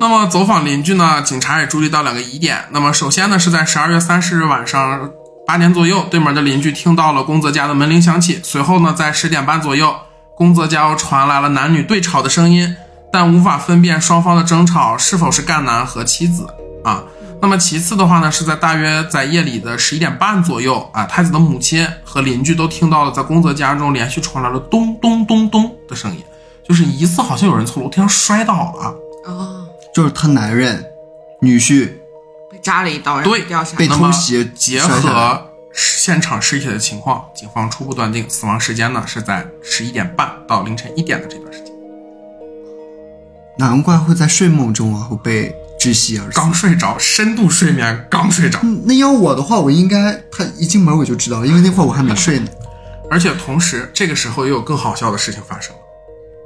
Speaker 2: 那么走访邻居呢，警察也注意到两个疑点。那么首先呢，是在十二月三十日晚上八点左右，对门的邻居听到了宫泽家的门铃响起。随后呢，在十点半左右，宫泽家又传来了男女对吵的声音，但无法分辨双方的争吵是否是赣南和妻子啊。那么其次的话呢，是在大约在夜里的十一点半左右啊，太子的母亲和邻居都听到了在宫泽家中连续传来了咚咚咚咚的声音，就是疑似好像有人从楼梯上摔倒了。啊
Speaker 1: 哦，
Speaker 3: 就是她男人女婿
Speaker 1: 被扎了一刀，然后
Speaker 2: 对
Speaker 1: 掉下
Speaker 3: 被
Speaker 1: 来，
Speaker 2: 那
Speaker 3: 偷
Speaker 2: 么
Speaker 3: 袭
Speaker 2: 结
Speaker 3: 摔下来
Speaker 2: 合现场尸体的情况，警方初步断定死亡时间呢是在十一点半到凌晨一点的这段时间，
Speaker 3: 难怪会在睡梦中然后被窒息而死。
Speaker 2: 刚睡着，深度睡眠刚睡着。
Speaker 3: 嗯那要我的话，我应该他一进门我就知道了，因为那会儿我还没睡呢。
Speaker 2: 而且同时，这个时候又有更好笑的事情发生了，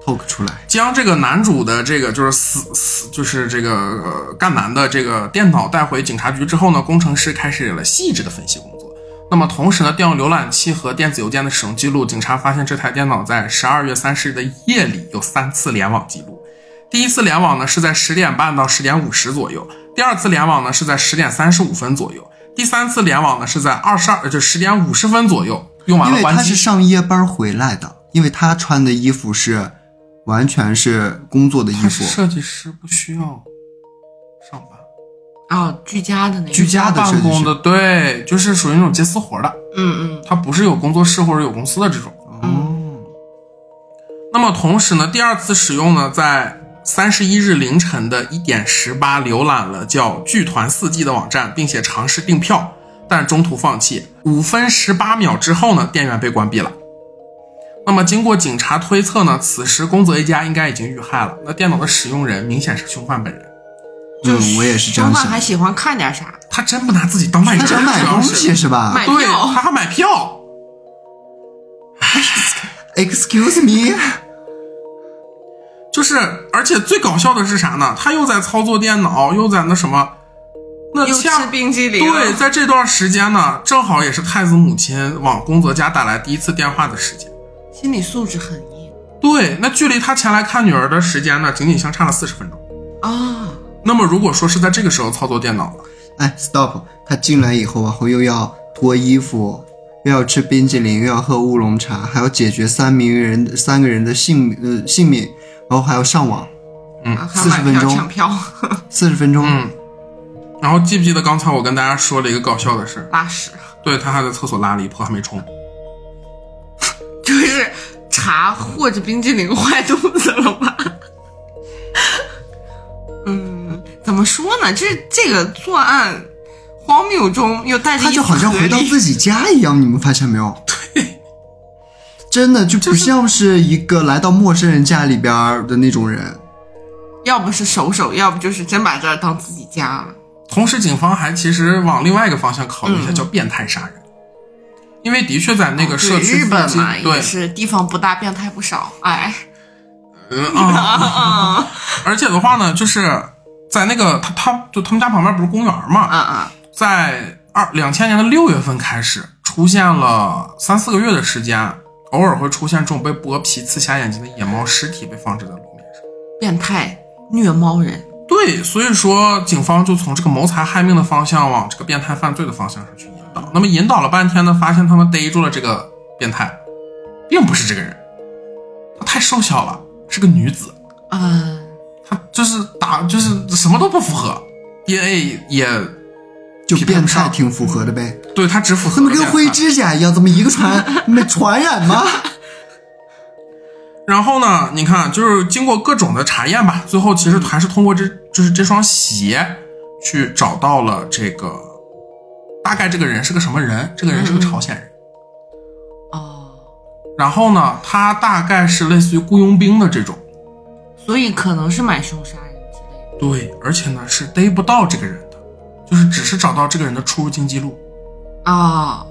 Speaker 3: 透个出来，
Speaker 2: 将这个男主的这个就是死死就是这个、呃、赣南的这个电脑带回警察局之后呢，工程师开始了细致的分析工作。那么同时呢，调用浏览器和电子邮件的使用记录，警察发现这台电脑在十二月三十日的夜里有三次联网记录。第一次联网呢是在十点半到十点五十左右，第二次联网呢是在十点三十五分左右，第三次联网呢是在二十二就十点五十分左右用完
Speaker 3: 因
Speaker 2: 了
Speaker 3: 为
Speaker 2: 关
Speaker 3: 他是
Speaker 2: 机。
Speaker 3: 上夜班回来的，因为他穿的衣服是完全是工作的衣
Speaker 2: 他是
Speaker 3: 服，
Speaker 2: 设计师，不需要上班，
Speaker 1: 哦，居家的那个，
Speaker 3: 居家的设
Speaker 2: 办
Speaker 3: 计
Speaker 2: 公
Speaker 3: 师。
Speaker 2: 的对，就是属于那种接私活的，
Speaker 1: 嗯嗯，
Speaker 2: 他不是有工作室或者有公司的这种。
Speaker 3: 哦，
Speaker 2: 那么同时呢，第二次使用呢，在三十一日凌晨的一点十八浏览了叫“剧团四季”的网站，并且尝试订票，但中途放弃。五分十八秒之后呢，电源被关闭了。那么经过警察推测呢，此时宫泽一家应该已经遇害了。那电脑的使用人明显是凶犯本人，
Speaker 3: 嗯，我也是这样
Speaker 1: 张翰
Speaker 3: 想
Speaker 1: 还。喜欢看点啥？
Speaker 2: 他真不拿自己当外人，
Speaker 3: 他想买
Speaker 2: 主
Speaker 3: 东
Speaker 2: 要是
Speaker 3: 西是吧
Speaker 1: 买
Speaker 2: 对，
Speaker 1: 票
Speaker 2: 他还买票。
Speaker 3: ？Excuse me，
Speaker 2: 就是，而且最搞笑的是啥呢？他又在操作电脑，又在那什么，那
Speaker 1: 又吃
Speaker 2: 恰
Speaker 1: 冰激凌，
Speaker 2: 对，，在这段时间呢，正好也是太子母亲往宫泽家打来第一次电话的时间。
Speaker 1: 心理素质很硬
Speaker 2: 对，那距离他前来看女儿的时间呢，仅仅相差了四十分钟。
Speaker 1: 啊。
Speaker 2: 那么如果说是在这个时候操作电脑了，
Speaker 3: 哎，stop！他进来以后，然后又要脱衣服，又要吃冰激凌，又要喝乌龙茶，还要解决三名人三个人的姓呃姓名，然后还要上网，
Speaker 1: 啊还买
Speaker 3: 40分
Speaker 1: 票
Speaker 3: 钟
Speaker 1: 抢票
Speaker 3: 四十分钟。
Speaker 2: 嗯，然后记不记得刚才我跟大家说了一个搞笑的事儿？
Speaker 1: 拉屎，
Speaker 2: 对他还在厕所拉了一泡还没冲，
Speaker 1: 就是茶或者冰激凌坏肚子了吧？ 嗯，怎么说呢？这这个作案荒谬中又带着
Speaker 3: 他
Speaker 1: 一丝
Speaker 3: 就好像
Speaker 1: 合
Speaker 3: 回到
Speaker 1: 理
Speaker 3: 自己家一样，你们发现没 有？对，真的就不像是一个来到陌生人家里边儿的那种人。
Speaker 1: 要不是手手，要不就是真把这儿当自己家了。
Speaker 2: 同时，警方还其实往另外一个方向考虑一下，叫变态杀人，因为的确在那个社
Speaker 1: 嗯哦对
Speaker 2: 区
Speaker 1: 日
Speaker 2: 附
Speaker 1: 本
Speaker 2: 近
Speaker 1: 嘛，，
Speaker 2: 对
Speaker 1: 也，是地方不大，变态不少。 哎，
Speaker 2: 嗯啊。
Speaker 1: 啊
Speaker 2: 而且的话呢，就是在那个他他就他们家旁边不是公园
Speaker 1: 啊
Speaker 2: 嘛，
Speaker 1: 啊！
Speaker 2: 在二两千年的六月份开始，出现了三四个月的时间，偶尔会出现这种被剥皮、刺瞎眼睛的野猫尸体被放置在路面上。
Speaker 1: 变态虐猫人，
Speaker 2: 对，所以说警方就从这个谋财害命的方向往这个变态犯罪的方向上去引导。那么引导了半天呢，发现他们逮住了这个变态，并不是这个人，她太瘦小了，是个女子。
Speaker 1: 嗯、
Speaker 2: 他就是打就是什么都不符合，DNA 也
Speaker 3: 就
Speaker 2: 匹配
Speaker 3: 变
Speaker 2: 不
Speaker 3: 态
Speaker 2: 上
Speaker 3: 挺符合的呗，
Speaker 2: 对他嗯只符合
Speaker 3: 怎么跟
Speaker 2: 变态
Speaker 3: 灰指甲一样？怎么一 个传没传染吗？
Speaker 2: 然后呢，你看就是经过各种的查验吧，最后其实还是通过这就是这双鞋去找到了这个大概这个人是个什么人，这个人是
Speaker 3: 嗯
Speaker 2: 个朝鲜人。
Speaker 1: 哦，
Speaker 2: 然后呢，他大概是类似于雇佣兵的这种，
Speaker 1: 所以可能是买凶杀人之类的。
Speaker 2: 对，而且呢是逮不到这个人的，就是只是找到这个人的出入境记录。
Speaker 1: 哦，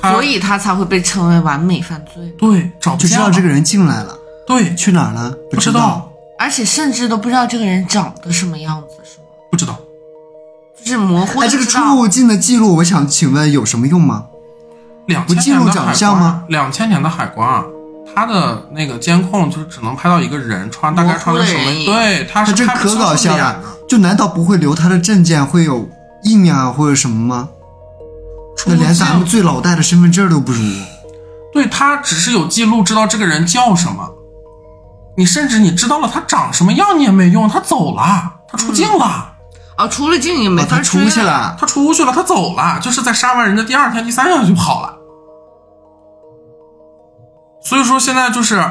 Speaker 2: 他
Speaker 1: 所以他才会被称为完美犯罪，
Speaker 2: 对找不
Speaker 3: 就知
Speaker 2: 见
Speaker 3: 道
Speaker 2: 了
Speaker 3: 这个人进来了，
Speaker 2: 对
Speaker 3: 去哪儿了？
Speaker 2: 不知
Speaker 3: 道
Speaker 2: 道。
Speaker 1: 而且甚至都不知道这个人长得什么样子，是吗？
Speaker 2: 不知道。
Speaker 1: 就是模糊
Speaker 3: 哎，
Speaker 1: 的
Speaker 3: 这个
Speaker 1: 知
Speaker 3: 出
Speaker 1: 道。
Speaker 3: 入境的记录，我想请问有什么用吗？
Speaker 2: 两
Speaker 3: 不
Speaker 2: 千
Speaker 3: 计
Speaker 2: 年
Speaker 3: 入
Speaker 2: 的
Speaker 3: 长
Speaker 2: 海
Speaker 3: 相
Speaker 2: 关
Speaker 3: 吗？
Speaker 2: 两千年的海关啊，它的那个监控就只能拍到一个人穿，大概穿成什
Speaker 1: 模糊的
Speaker 2: 么
Speaker 1: 人？影
Speaker 2: 对，它
Speaker 3: 他
Speaker 2: 是
Speaker 3: 这
Speaker 2: 拍不
Speaker 3: 可
Speaker 2: 清
Speaker 3: 搞
Speaker 2: 楚
Speaker 3: 笑
Speaker 2: 脸的
Speaker 3: 了，就难道不会留他的证件会有印啊或者什么吗？
Speaker 2: 出
Speaker 3: 那
Speaker 2: 入
Speaker 3: 连咱们
Speaker 2: 境，
Speaker 3: 最老代的身份证都不如。
Speaker 2: 对，它只是有记录，知道这个人叫什么。你甚至你知道了他长什么样，你也没用，他走了，他出境了，
Speaker 1: 哦，出了境也没
Speaker 3: 哦，
Speaker 1: 法啊
Speaker 3: 他
Speaker 1: 追
Speaker 3: 出去
Speaker 1: 了。
Speaker 3: 了，
Speaker 2: 他出去了，他走了，就是在杀完人的第二天、第三天他就跑了。所以说现在就是，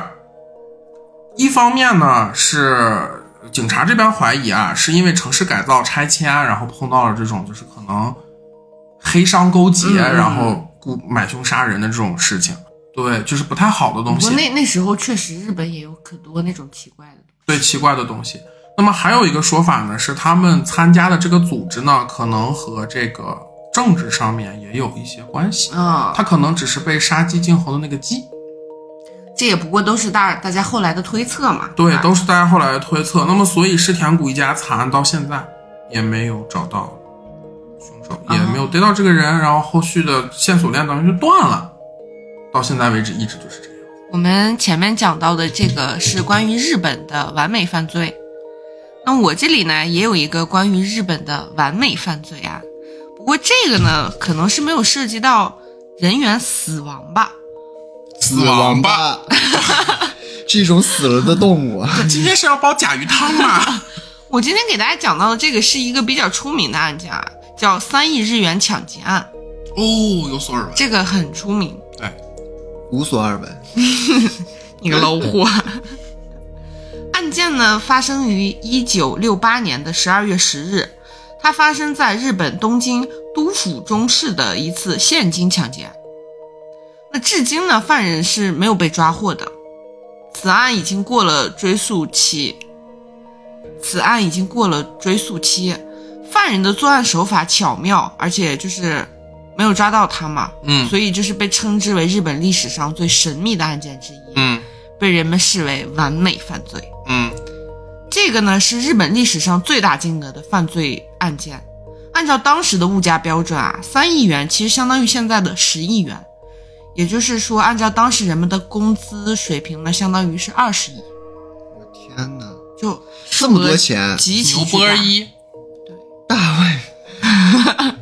Speaker 2: 一方面呢是警察这边怀疑啊，是因为城市改造拆迁，啊然后碰到了这种就是可能黑商勾结，
Speaker 1: 嗯
Speaker 2: 然后雇买凶杀人的这种事情，对，就是不太好的东
Speaker 1: 不过
Speaker 2: 西，
Speaker 1: 那那时候确实日本也有可多那种奇怪的东
Speaker 2: 对奇怪的东西。那么还有一个说法呢，是他们参加的这个组织呢，可能和这个政治上面也有一些关系。
Speaker 3: 啊
Speaker 1: 嗯，
Speaker 2: 他可能只是被杀鸡儆猴的那个鸡，
Speaker 1: 这也不过都是大大家后来的推测嘛。
Speaker 2: 对，
Speaker 1: 吧
Speaker 2: 都是大家后来的推测。那么，所以石田谷一家惨案到现在也没有找到凶手，也没有逮到这个人，然后后续的线索链等于就断了。到现在为止，一直就是这样。
Speaker 1: 我们前面讲到的这个是关于日本的完美犯罪，那我这里呢也有一个关于日本的完美犯罪啊，不过这个呢可能是没有涉及到人员死亡吧。
Speaker 3: 死亡吧， 是一种死了的动物。
Speaker 2: 今天是要煲甲鱼汤吗？
Speaker 1: 我今天给大家讲到的这个是一个比较出名的案件啊，叫三亿日元抢劫案，
Speaker 2: 哦，有所耳闻。
Speaker 1: 这个很出名。
Speaker 2: 对，
Speaker 3: 无所耳闻，
Speaker 1: 你个 low 货！案件呢发生于一九六八年的十二月十日，它发生在日本东京都府中市的一次现金抢劫案。那至今呢，犯人是没有被抓获的。此案已经过了追诉期，此案已经过了追诉期，犯人的作案手法巧妙，而且就是没有抓到他嘛，
Speaker 2: 嗯
Speaker 1: 所以就是被称之为日本历史上最神秘的案件之一。
Speaker 2: 嗯
Speaker 1: 被人们视为完美犯罪。
Speaker 2: 嗯
Speaker 1: 这个呢是日本历史上最大金额的犯罪案件。按照当时的物价标准啊，三亿元其实相当于现在的十亿元，也就是说，按照当时人们的工资水平呢，相当于是二十亿，
Speaker 3: 我天哪，
Speaker 1: 就
Speaker 3: 这么多
Speaker 1: 额
Speaker 3: 钱！
Speaker 1: 极其
Speaker 2: 呃牛
Speaker 1: 巨
Speaker 2: 波
Speaker 1: 大
Speaker 2: 儿一，
Speaker 3: 大外，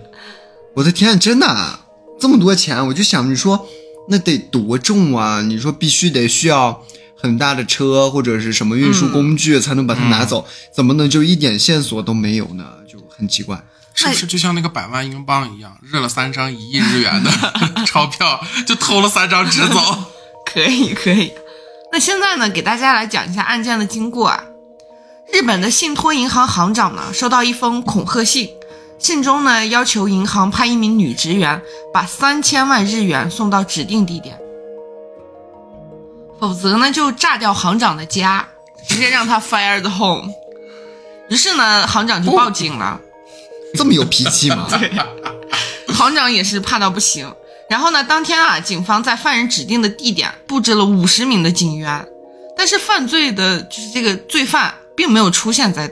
Speaker 3: 我的天，真的啊这么多钱，我就想你说那得多重啊？你说必须得需要很大的车或者是什么运输工具才能把它拿走，怎么能就一点线索都没有呢？就很奇怪。
Speaker 2: 是
Speaker 1: 哎
Speaker 2: 不是就像那个百万英镑一样，日了三张一亿日元的 钞票，就偷了三张纸走？
Speaker 1: 可以可以。那现在呢，给大家来讲一下案件的经过啊。日本的信托银行行长呢，收到一封恐吓信，信中呢要求银行派一名女职员把三千万日元送到指定地点，否则呢就炸掉行长的家，直接让他 fire the home。于是呢，行长就报警了。
Speaker 3: 这么有脾气吗？
Speaker 1: 行长也是怕到不行。然后呢，当天啊，警方在犯人指定的地点布置了五十名的警员，但是犯罪的就是这个罪犯并没有出现在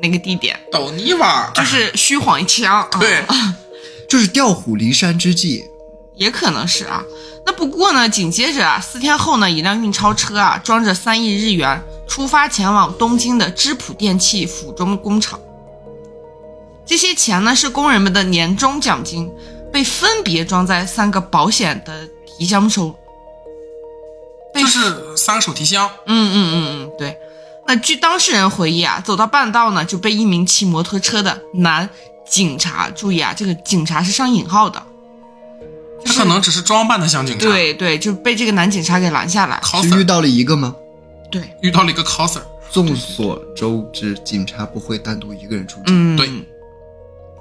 Speaker 1: 那个地点，
Speaker 2: 抖泥瓦，
Speaker 1: 就是虚晃一枪。
Speaker 2: 对
Speaker 1: 啊，
Speaker 3: 就是调虎离山之计，
Speaker 1: 也可能是啊。那不过呢，紧接着啊，四天后呢，一辆运钞车啊，装着三亿日元，出发前往东京的芝浦电器府中工厂。这些钱呢，是工人们的年终奖金，被分别装在三个保险的提箱中。被
Speaker 2: 就是三个手提箱。
Speaker 1: 嗯嗯嗯嗯，对。那据当事人回忆啊，走到半道呢，就被一名骑摩托车的男警察，注意啊，这个警察是上引号的，
Speaker 2: 他可能只是装扮的像警察，
Speaker 1: 对对，就被这个男警察给拦下来。
Speaker 2: ，coser
Speaker 3: 是遇到了一个吗？
Speaker 1: 对，
Speaker 2: 遇到了一个 coser，
Speaker 3: 众所周知，警察不会单独一个人出警。
Speaker 1: 嗯，
Speaker 2: 对，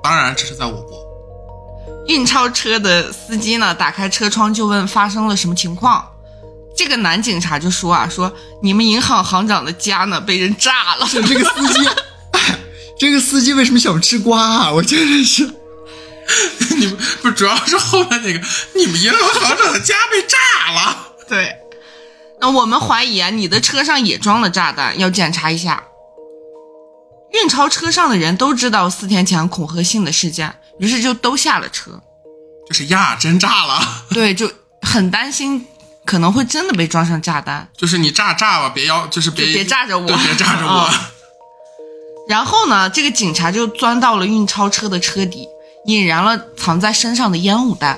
Speaker 2: 当然这是在我国，
Speaker 1: 运钞车的司机呢，打开车窗就问发生了什么情况。这个男警察就说啊，说你们银行行长的家呢被人炸了。
Speaker 3: 这个司机， 哎这个司机为什么想吃瓜啊？我真的是。
Speaker 2: 你们不是主要是后面那个，你们银行行长的家被炸了，
Speaker 1: 对，那我们怀疑啊，你的车上也装了炸弹，要检查一下。运钞车上的人都知道四天前恐吓信的事件，于是就都下了车。
Speaker 2: 就是呀，真炸了，
Speaker 1: 对，就很担心可能会真的被装上炸弹。
Speaker 2: 就是你炸炸吧，别要，就是别
Speaker 1: 就别炸着我
Speaker 2: 对，别炸着我，
Speaker 1: 嗯然后呢，这个警察就钻到了运钞车的车底，引燃了藏在身上的烟雾弹，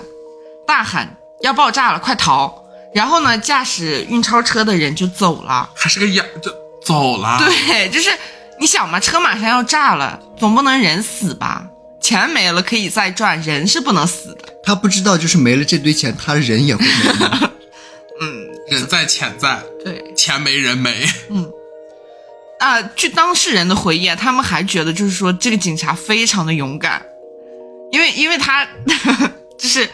Speaker 1: 大喊要爆炸了，快逃！然后呢，驾驶运钞车的人就走了。
Speaker 2: 还是个呀，就走了，
Speaker 1: 对，就是你想嘛，车马上要炸了，总不能人死吧？钱没了可以再赚，人是不能死的。
Speaker 3: 他不知道，就是没了这堆钱，他人也会没了。
Speaker 2: 人在钱在，
Speaker 1: 对，
Speaker 2: 钱没人没，
Speaker 1: 啊、据当事人的回忆啊，他们还觉得就是说这个警察非常的勇敢，因为因为他 就是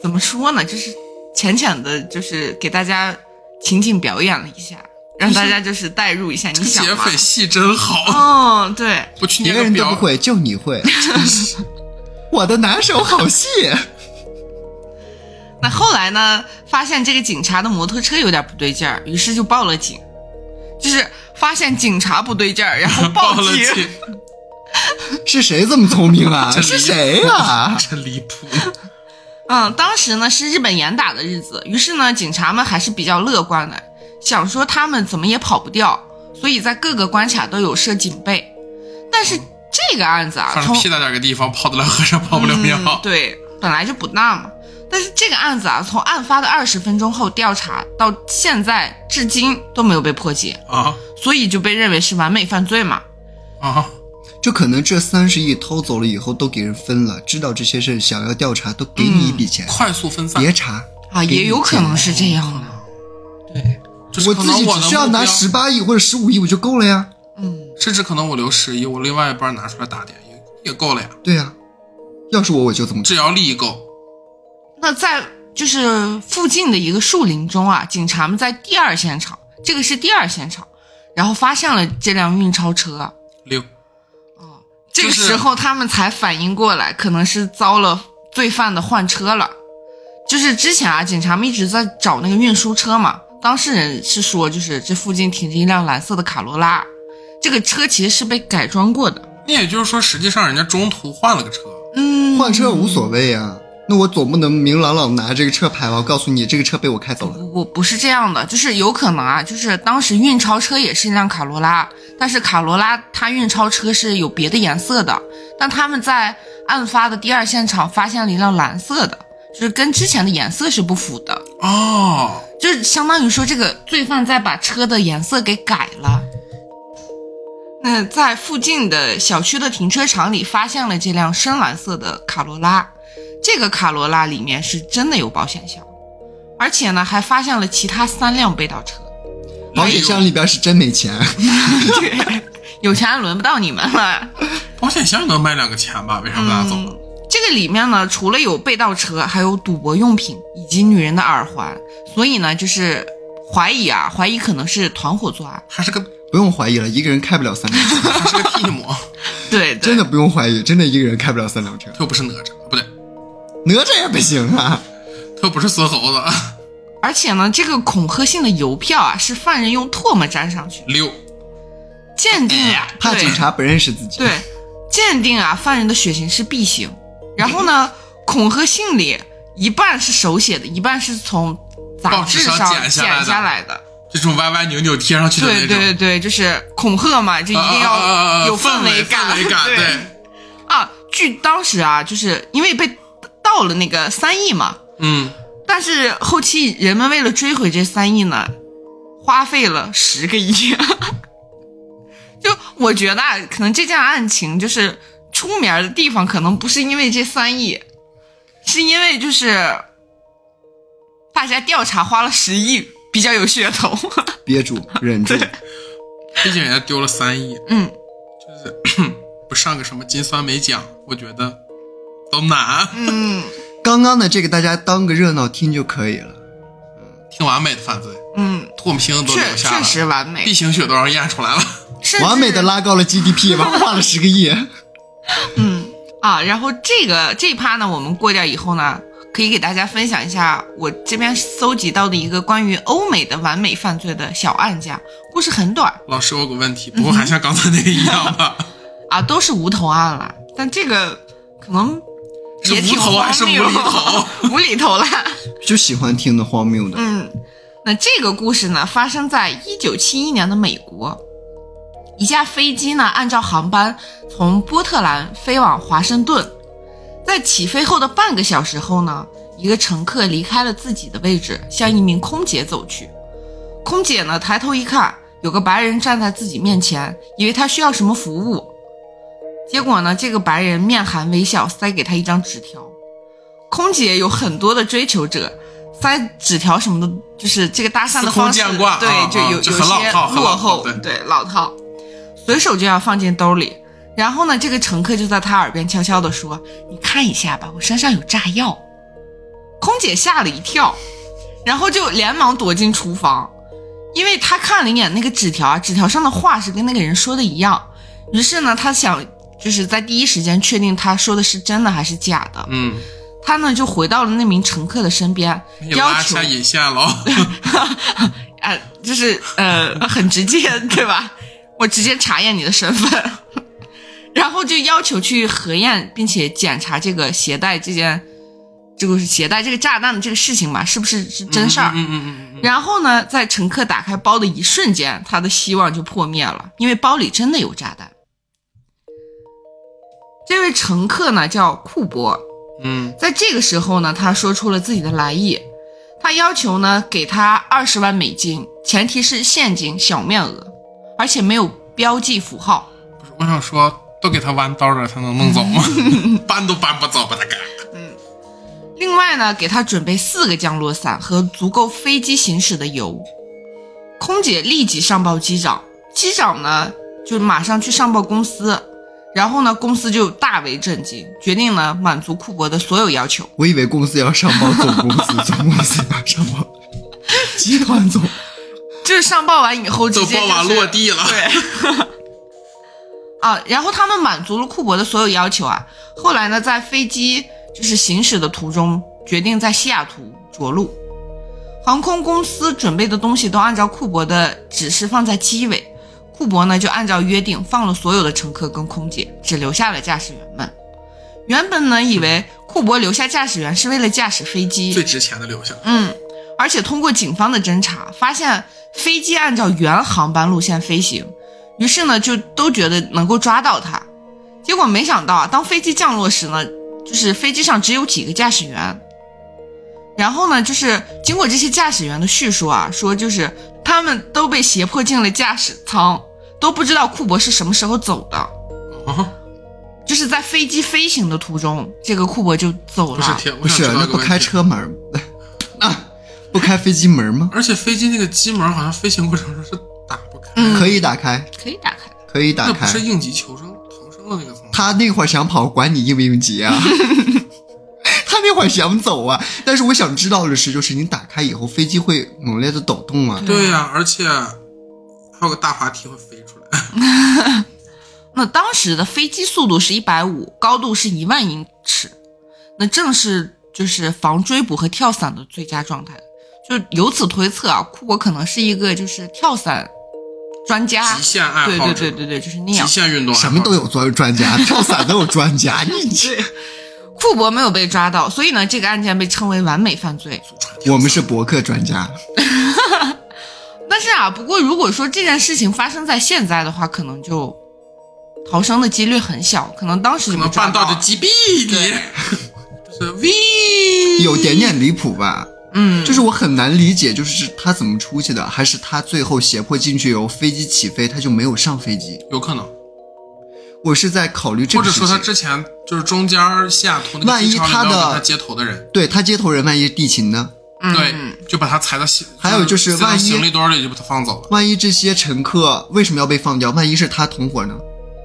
Speaker 1: 怎么说呢，就是浅浅的，就是给大家情景表演了一下，让大家就是代入一下，你想
Speaker 2: 劫
Speaker 1: 嘛？
Speaker 2: 匪戏真好，
Speaker 1: 哦，对，
Speaker 2: 我去
Speaker 3: 别
Speaker 2: 年个
Speaker 3: 人都不
Speaker 2: 表，
Speaker 3: 会，就你会。我的拿手好戏。
Speaker 1: 那后来呢，发现这个警察的摩托车有点不对劲儿，于是就报了警，就是发现警察不对劲儿，然后 报
Speaker 2: 了
Speaker 1: 警。
Speaker 2: 警，
Speaker 3: 是谁这么聪 明啊？是谁啊呀、啊
Speaker 2: 真离谱。
Speaker 1: 嗯，当时呢是日本严打的日子，于是呢警察们还是比较乐观的，想说他们怎么也跑不掉，所以在各个关卡都有设警备。但是这个案子啊，
Speaker 2: 反正
Speaker 1: 从
Speaker 2: 屁大点儿个地方，泡得了和尚泡不了庙。
Speaker 1: 嗯。对，本来就不大嘛。但是这个案子啊，从案发的二十分钟后调查到现在，至今都没有被破解，
Speaker 2: 啊
Speaker 1: 所以就被认为是完美犯罪嘛。
Speaker 2: 啊！
Speaker 3: 就可能这三十亿偷走了以后都给人分了，知道这些事儿想要调查都给你一笔钱，
Speaker 2: 快速分散，
Speaker 3: 别查。
Speaker 1: 啊，
Speaker 3: 给
Speaker 1: 也
Speaker 3: 你
Speaker 1: 有可能
Speaker 3: 钱
Speaker 1: 是这样的。
Speaker 2: 这是
Speaker 3: 我
Speaker 2: 可
Speaker 3: 自
Speaker 2: 能
Speaker 3: 己
Speaker 2: 我
Speaker 3: 只
Speaker 2: 的
Speaker 3: 需要
Speaker 2: 目
Speaker 3: 拿
Speaker 2: 标
Speaker 3: 十八亿或者十五亿我就够了呀。
Speaker 1: 嗯
Speaker 2: 甚至可能我留十亿，我另外一半拿出来打点也也够了呀，
Speaker 3: 对呀、要是我我就这么做。
Speaker 2: 只要利益够。
Speaker 1: 那在就是附近的一个树林中啊，警察们在第二现场，这个是第二现场，然后发现了这辆运钞车。啊
Speaker 2: 六，
Speaker 1: 这个
Speaker 2: 就是
Speaker 1: 时候他们才反应过来，可能是遭了罪犯的换车了。就是之前啊，警察们一直在找那个运输车嘛，当事人是说，就是这附近停着一辆蓝色的卡罗拉，这个车其实是被改装过的。
Speaker 2: 那也就是说，实际上人家中途换了个车，
Speaker 1: 嗯，
Speaker 3: 换车无所谓啊，那我总不能明朗朗拿这个车牌吧？我告诉你，这个车被我开
Speaker 2: 哎
Speaker 3: 走了。
Speaker 1: 不不不是这样的，就是有可能啊，就是当时运钞车也是一辆卡罗拉，但是卡罗拉它运钞车是有别的颜色的，但他们在案发的第二现场发现了一辆蓝色的，就是跟之前的颜色是不符的，
Speaker 2: 哦，
Speaker 1: 就是相当于说这个罪犯在把车的颜色给改了。那在附近的小区的停车场里发现了这辆深蓝色的卡罗拉，这个卡罗拉里面是真的有保险箱，而且呢还发现了其他三辆被盗车。
Speaker 3: 保险箱里边是真没钱，
Speaker 1: 对，有钱轮不到你们了。
Speaker 2: 保险箱也能卖两个钱吧？为啥不拿走？
Speaker 1: 嗯，这个里面呢，除了有被盗车，还有赌博用品以及女人的耳环，所以呢，就是怀疑啊，怀疑可能是团伙作案。
Speaker 2: 还是个
Speaker 3: 不用怀疑了，一个人开不了三辆车，
Speaker 2: 还是个替母，
Speaker 1: 对，对
Speaker 3: 真的不用怀疑，真的一个人开不了三辆车
Speaker 2: 他。又不是哪吒，不对，
Speaker 3: 哪吒也不行啊，
Speaker 2: 他又不是孙猴子。
Speaker 1: 而且呢，这个恐吓信的邮票啊，是犯人用唾沫粘上去，
Speaker 2: 六，
Speaker 1: 鉴定啊，
Speaker 3: 怕警察不认识自己。
Speaker 1: 对，对，鉴定啊，犯人的血型是 B 型。然后呢，恐吓信里一半是手写的，一半是从杂
Speaker 2: 报纸
Speaker 1: 志
Speaker 2: 上
Speaker 1: 上
Speaker 2: 剪下来的
Speaker 1: 下来的。
Speaker 2: 这种歪歪扭扭贴上去的那
Speaker 1: 对
Speaker 2: 种，
Speaker 1: 对对，就是恐吓嘛，就一
Speaker 2: 啊
Speaker 1: 定
Speaker 2: 啊啊啊啊
Speaker 1: 要有
Speaker 2: 氛
Speaker 1: 围
Speaker 2: 感，氛
Speaker 1: 感。
Speaker 2: 对，
Speaker 1: 啊，据当时啊，就是因为被盗了那个三亿嘛，
Speaker 2: 嗯，
Speaker 1: 但是后期人们为了追回这三亿呢，花费了十个亿。 就我觉得啊，可能这件案情就是出名儿的地方，可能不是因为这三亿，是因为就是大家调查花了十亿，比较有噱头。
Speaker 3: 憋住，忍住。
Speaker 2: 毕竟人家丢了三亿，
Speaker 1: 嗯，
Speaker 2: 不上个什么金酸梅奖，我觉得都难。
Speaker 1: 嗯
Speaker 3: 刚刚的这个大家当个热闹听就可以了。
Speaker 2: 挺完美的犯罪，
Speaker 1: 嗯，
Speaker 2: 唾沫星子都
Speaker 1: 确
Speaker 2: 留下
Speaker 1: 确
Speaker 2: 了，
Speaker 1: 实完美
Speaker 2: B，型血都让人验出来了。
Speaker 1: 甚至
Speaker 3: 完美的拉高了 GDP 吧，花了十个亿。
Speaker 1: 啊。然后这个这一趴呢，我们过掉以后呢，可以给大家分享一下我这边搜集到的一个关于欧美的完美犯罪的小案件，故事很短
Speaker 2: 老师，我有个问题，不会还像刚才那个一样 吧？
Speaker 1: 啊，都是无头案了，但这个可能
Speaker 2: 是
Speaker 1: 也
Speaker 2: 无
Speaker 1: 挺
Speaker 2: 头还是
Speaker 1: 荒
Speaker 2: 无
Speaker 1: 谬
Speaker 2: 厘头？
Speaker 1: 无厘头了。
Speaker 3: 就喜欢听那荒谬的。
Speaker 1: 嗯，那这个故事呢，发生在一九七一年的美国。一架飞机呢，按照航班从波特兰飞往华盛顿，在起飞后的半个小时后呢，一个乘客离开了自己的位置，向一名空姐走去。空姐呢，抬头一看，有个白人站在自己面前，以为他需要什么服务。结果呢，这个白人面含微笑，塞给他一张纸条。空姐有很多的追求者，塞纸条什么的，就是这个搭讪的
Speaker 2: 司空
Speaker 1: 方式，
Speaker 2: 见惯
Speaker 1: 对，
Speaker 2: 啊
Speaker 1: 就
Speaker 2: 啊
Speaker 1: 有、
Speaker 2: 这
Speaker 1: 有
Speaker 2: 很老
Speaker 1: 些
Speaker 2: 套很
Speaker 1: 落
Speaker 2: 老套
Speaker 1: 后，
Speaker 2: 对
Speaker 1: 对老套，随手就要放进兜里。然后呢，这个乘客就在他耳边悄悄地说：“你看一下吧，我身上有炸药。”空姐吓了一跳，然后就连忙躲进厨房，因为她看了一眼那个纸条啊，纸条上的话是跟那个人说的一样。于是呢，她想就是在第一时间确定他说的是真的还是假的。
Speaker 2: 嗯，
Speaker 1: 他呢就回到了那名乘客的身边，
Speaker 2: 你
Speaker 1: 要
Speaker 2: 拉
Speaker 1: 求
Speaker 2: 下引线了，
Speaker 1: 啊，就是呃， 很直接，对吧？我直接查验你的身份， 然后就要求去核验，并且检查这个携带这件，这个携带这个炸弹的这个事情嘛，是不是是真事儿？
Speaker 2: 嗯嗯嗯嗯嗯，
Speaker 1: 然后呢，在乘客打开包的一瞬间，他的希望就破灭了，因为包里真的有炸弹。这位乘客呢叫库珀，
Speaker 2: 嗯
Speaker 1: 在这个时候呢，他说出了自己的来意，他要求呢给他二十万美金，前提是现金小面额，而且没有标记符号。
Speaker 2: 不是，我想说，都给他弯刀了，他能弄 走吗？搬都搬不走吧，大哥。
Speaker 1: 另外呢，给他准备四个降落伞和足够飞机行驶的油。空姐立即上报机长，机长呢就马上去上报公司，然后呢公司就大为震惊，决定呢满足库珀的所有要求。
Speaker 3: 我以为公司要上报总公司，总公司要上报集团总。
Speaker 1: 就是上报完以后直
Speaker 2: 都
Speaker 1: 接、就
Speaker 2: 爆
Speaker 1: 是、
Speaker 2: 完落地了，
Speaker 1: 对。啊，然后他们满足了库珀的所有要求啊。后来呢，在飞机就是行驶的途中，决定在西雅图着陆。航空公司准备的东西都按照库珀的指示放在机尾，库珀呢就按照约定放了所有的乘客跟空姐，只留下了驾驶员们。原本呢，以为库珀留下驾驶员是为了驾驶飞机，
Speaker 2: 最值钱的留下来。
Speaker 1: 嗯，而且通过警方的侦查，发现飞机按照原航班路线飞行，于是呢就都觉得能够抓到他。结果没想到啊，当飞机降落时呢，就是飞机上只有几个驾驶员。然后呢，就是经过这些驾驶员的叙述啊，说就是他们都被胁迫进了驾驶舱，都不知道库珀是什么时候走的。
Speaker 2: 啊，
Speaker 1: 就是在飞机飞行的途中，这个库珀就走了。
Speaker 2: 不是天，我
Speaker 3: 不
Speaker 2: 想
Speaker 3: 是
Speaker 2: 知，道
Speaker 3: 那
Speaker 2: 一个
Speaker 3: 不
Speaker 2: 问
Speaker 3: 开
Speaker 2: 题。
Speaker 3: 车门儿， 啊，不开飞机门吗？
Speaker 2: 而且飞机那个机门好像飞行过程中是打不开，
Speaker 1: 嗯
Speaker 3: 可以打开，
Speaker 1: 可以打开。
Speaker 3: 可以打
Speaker 2: 那不
Speaker 3: 开
Speaker 2: 是。应急求生逃生的那个层次。
Speaker 3: 他那会儿想跑，管你应不应 急啊？他那会儿想走啊，但是我想知道的是，就是你打开以后，飞机会猛烈的抖动啊。
Speaker 2: 对呀、而且还有个大滑梯会飞出来。
Speaker 1: 那当时的飞机速度是一百五，高度是一万英尺，那正是就是防追捕和跳伞的最佳状态。就由此推测啊，库珀可能是一个就是跳伞专家
Speaker 2: 极，限爱
Speaker 1: 对
Speaker 2: 好
Speaker 1: 对
Speaker 2: 者，
Speaker 1: 啊对对对，就是那
Speaker 2: 极
Speaker 1: 样。
Speaker 2: 限运动爱好者
Speaker 3: 什么都有专专家，跳伞都有专家。你
Speaker 1: 库珀没有被抓到，所以呢，这个案件被称为完美犯罪。
Speaker 3: 我们是博客专家，
Speaker 1: 但是啊，不过如果说这件事情发生在现在的话，可能就逃生的几率很小，可能当时
Speaker 2: 可
Speaker 1: 就被
Speaker 2: 能
Speaker 1: 抓
Speaker 2: 半
Speaker 1: 到
Speaker 2: 道
Speaker 1: 了
Speaker 2: 就击毙
Speaker 1: 对
Speaker 2: 你，就是 V
Speaker 3: 有点点离谱吧？
Speaker 1: 嗯，
Speaker 3: 就是我很难理解，就是他怎么出去的，还是他最后胁迫进去以后，飞机起飞他就没有上飞机？
Speaker 2: 有可能，
Speaker 3: 我是在考虑这
Speaker 2: 或
Speaker 3: 个
Speaker 2: 者
Speaker 3: 事情。
Speaker 2: 说他之前就是中间西雅图那个
Speaker 3: 万一
Speaker 2: 机场里面
Speaker 3: 他的
Speaker 2: 有给他接头的人，
Speaker 3: 对他接头人万一地勤呢？
Speaker 1: 嗯
Speaker 2: 对，就把他裁到行，
Speaker 3: 还有就是
Speaker 2: 塞到
Speaker 3: 万一
Speaker 2: 行李堆里就把他放走了，
Speaker 3: 万一这些乘客为什么要被放掉？万一是他同伙呢？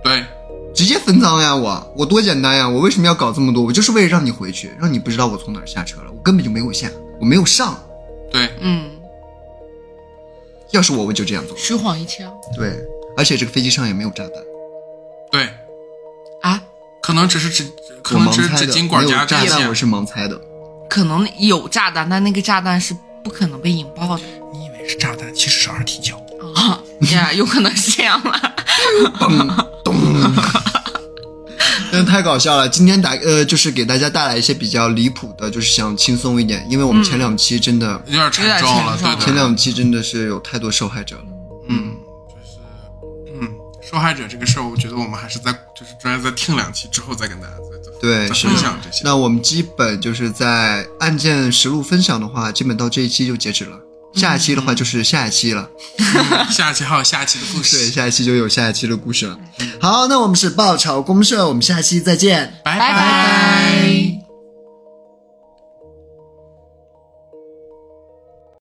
Speaker 2: 对，
Speaker 3: 直接分赃呀！我我多简单呀！我为什么要搞这么多？我就是为了让你回去，让你不知道我从哪儿下车了。我根本就没有下，我没有上。
Speaker 2: 对，
Speaker 1: 嗯，
Speaker 3: 要是我，我就这样做。
Speaker 1: 虚晃一枪
Speaker 3: 对，而且这个飞机上也没有炸弹，
Speaker 2: 对，
Speaker 1: 啊，
Speaker 2: 可能只是纸，可
Speaker 3: 我
Speaker 2: 能
Speaker 3: 盲
Speaker 2: 只是
Speaker 3: 猜
Speaker 2: 纸
Speaker 3: 的。
Speaker 2: 巾管
Speaker 3: 没有
Speaker 2: 夹
Speaker 3: 炸
Speaker 2: 地
Speaker 3: 弹，
Speaker 2: 线。
Speaker 3: 我是盲猜的。
Speaker 1: 可能有炸弹，但那个炸弹是不可能被引爆的
Speaker 2: 你以为是炸弹，其实是二踢脚。
Speaker 1: 啊，呀、有可能是这样了。
Speaker 3: 真的太搞笑了！今天打呃，就是给大家带来一些比较离谱的，就是想轻松一点，因为我们前两期真的，
Speaker 2: 有点沉重了，
Speaker 1: 有点沉重了
Speaker 2: 对
Speaker 3: 前
Speaker 2: 对对，
Speaker 3: 两期真的是有太多受害者了。
Speaker 2: 嗯，就是，嗯，受害者这个事儿，我觉得我们还是在就是专门再听两期之后再跟大家再再
Speaker 3: 对
Speaker 2: 再
Speaker 3: 是
Speaker 2: 分享这些。
Speaker 3: 那我们基本就是在案件实录分享的话，基本到这一期就截止了。下一期的话就是下一期了，
Speaker 2: 嗯 下一期还有下一期的故
Speaker 3: 对，
Speaker 2: 事，
Speaker 3: 下一期就有下一期的故事了。好，那我们是爆炒公社，我们下期再见。
Speaker 2: 拜
Speaker 1: 拜拜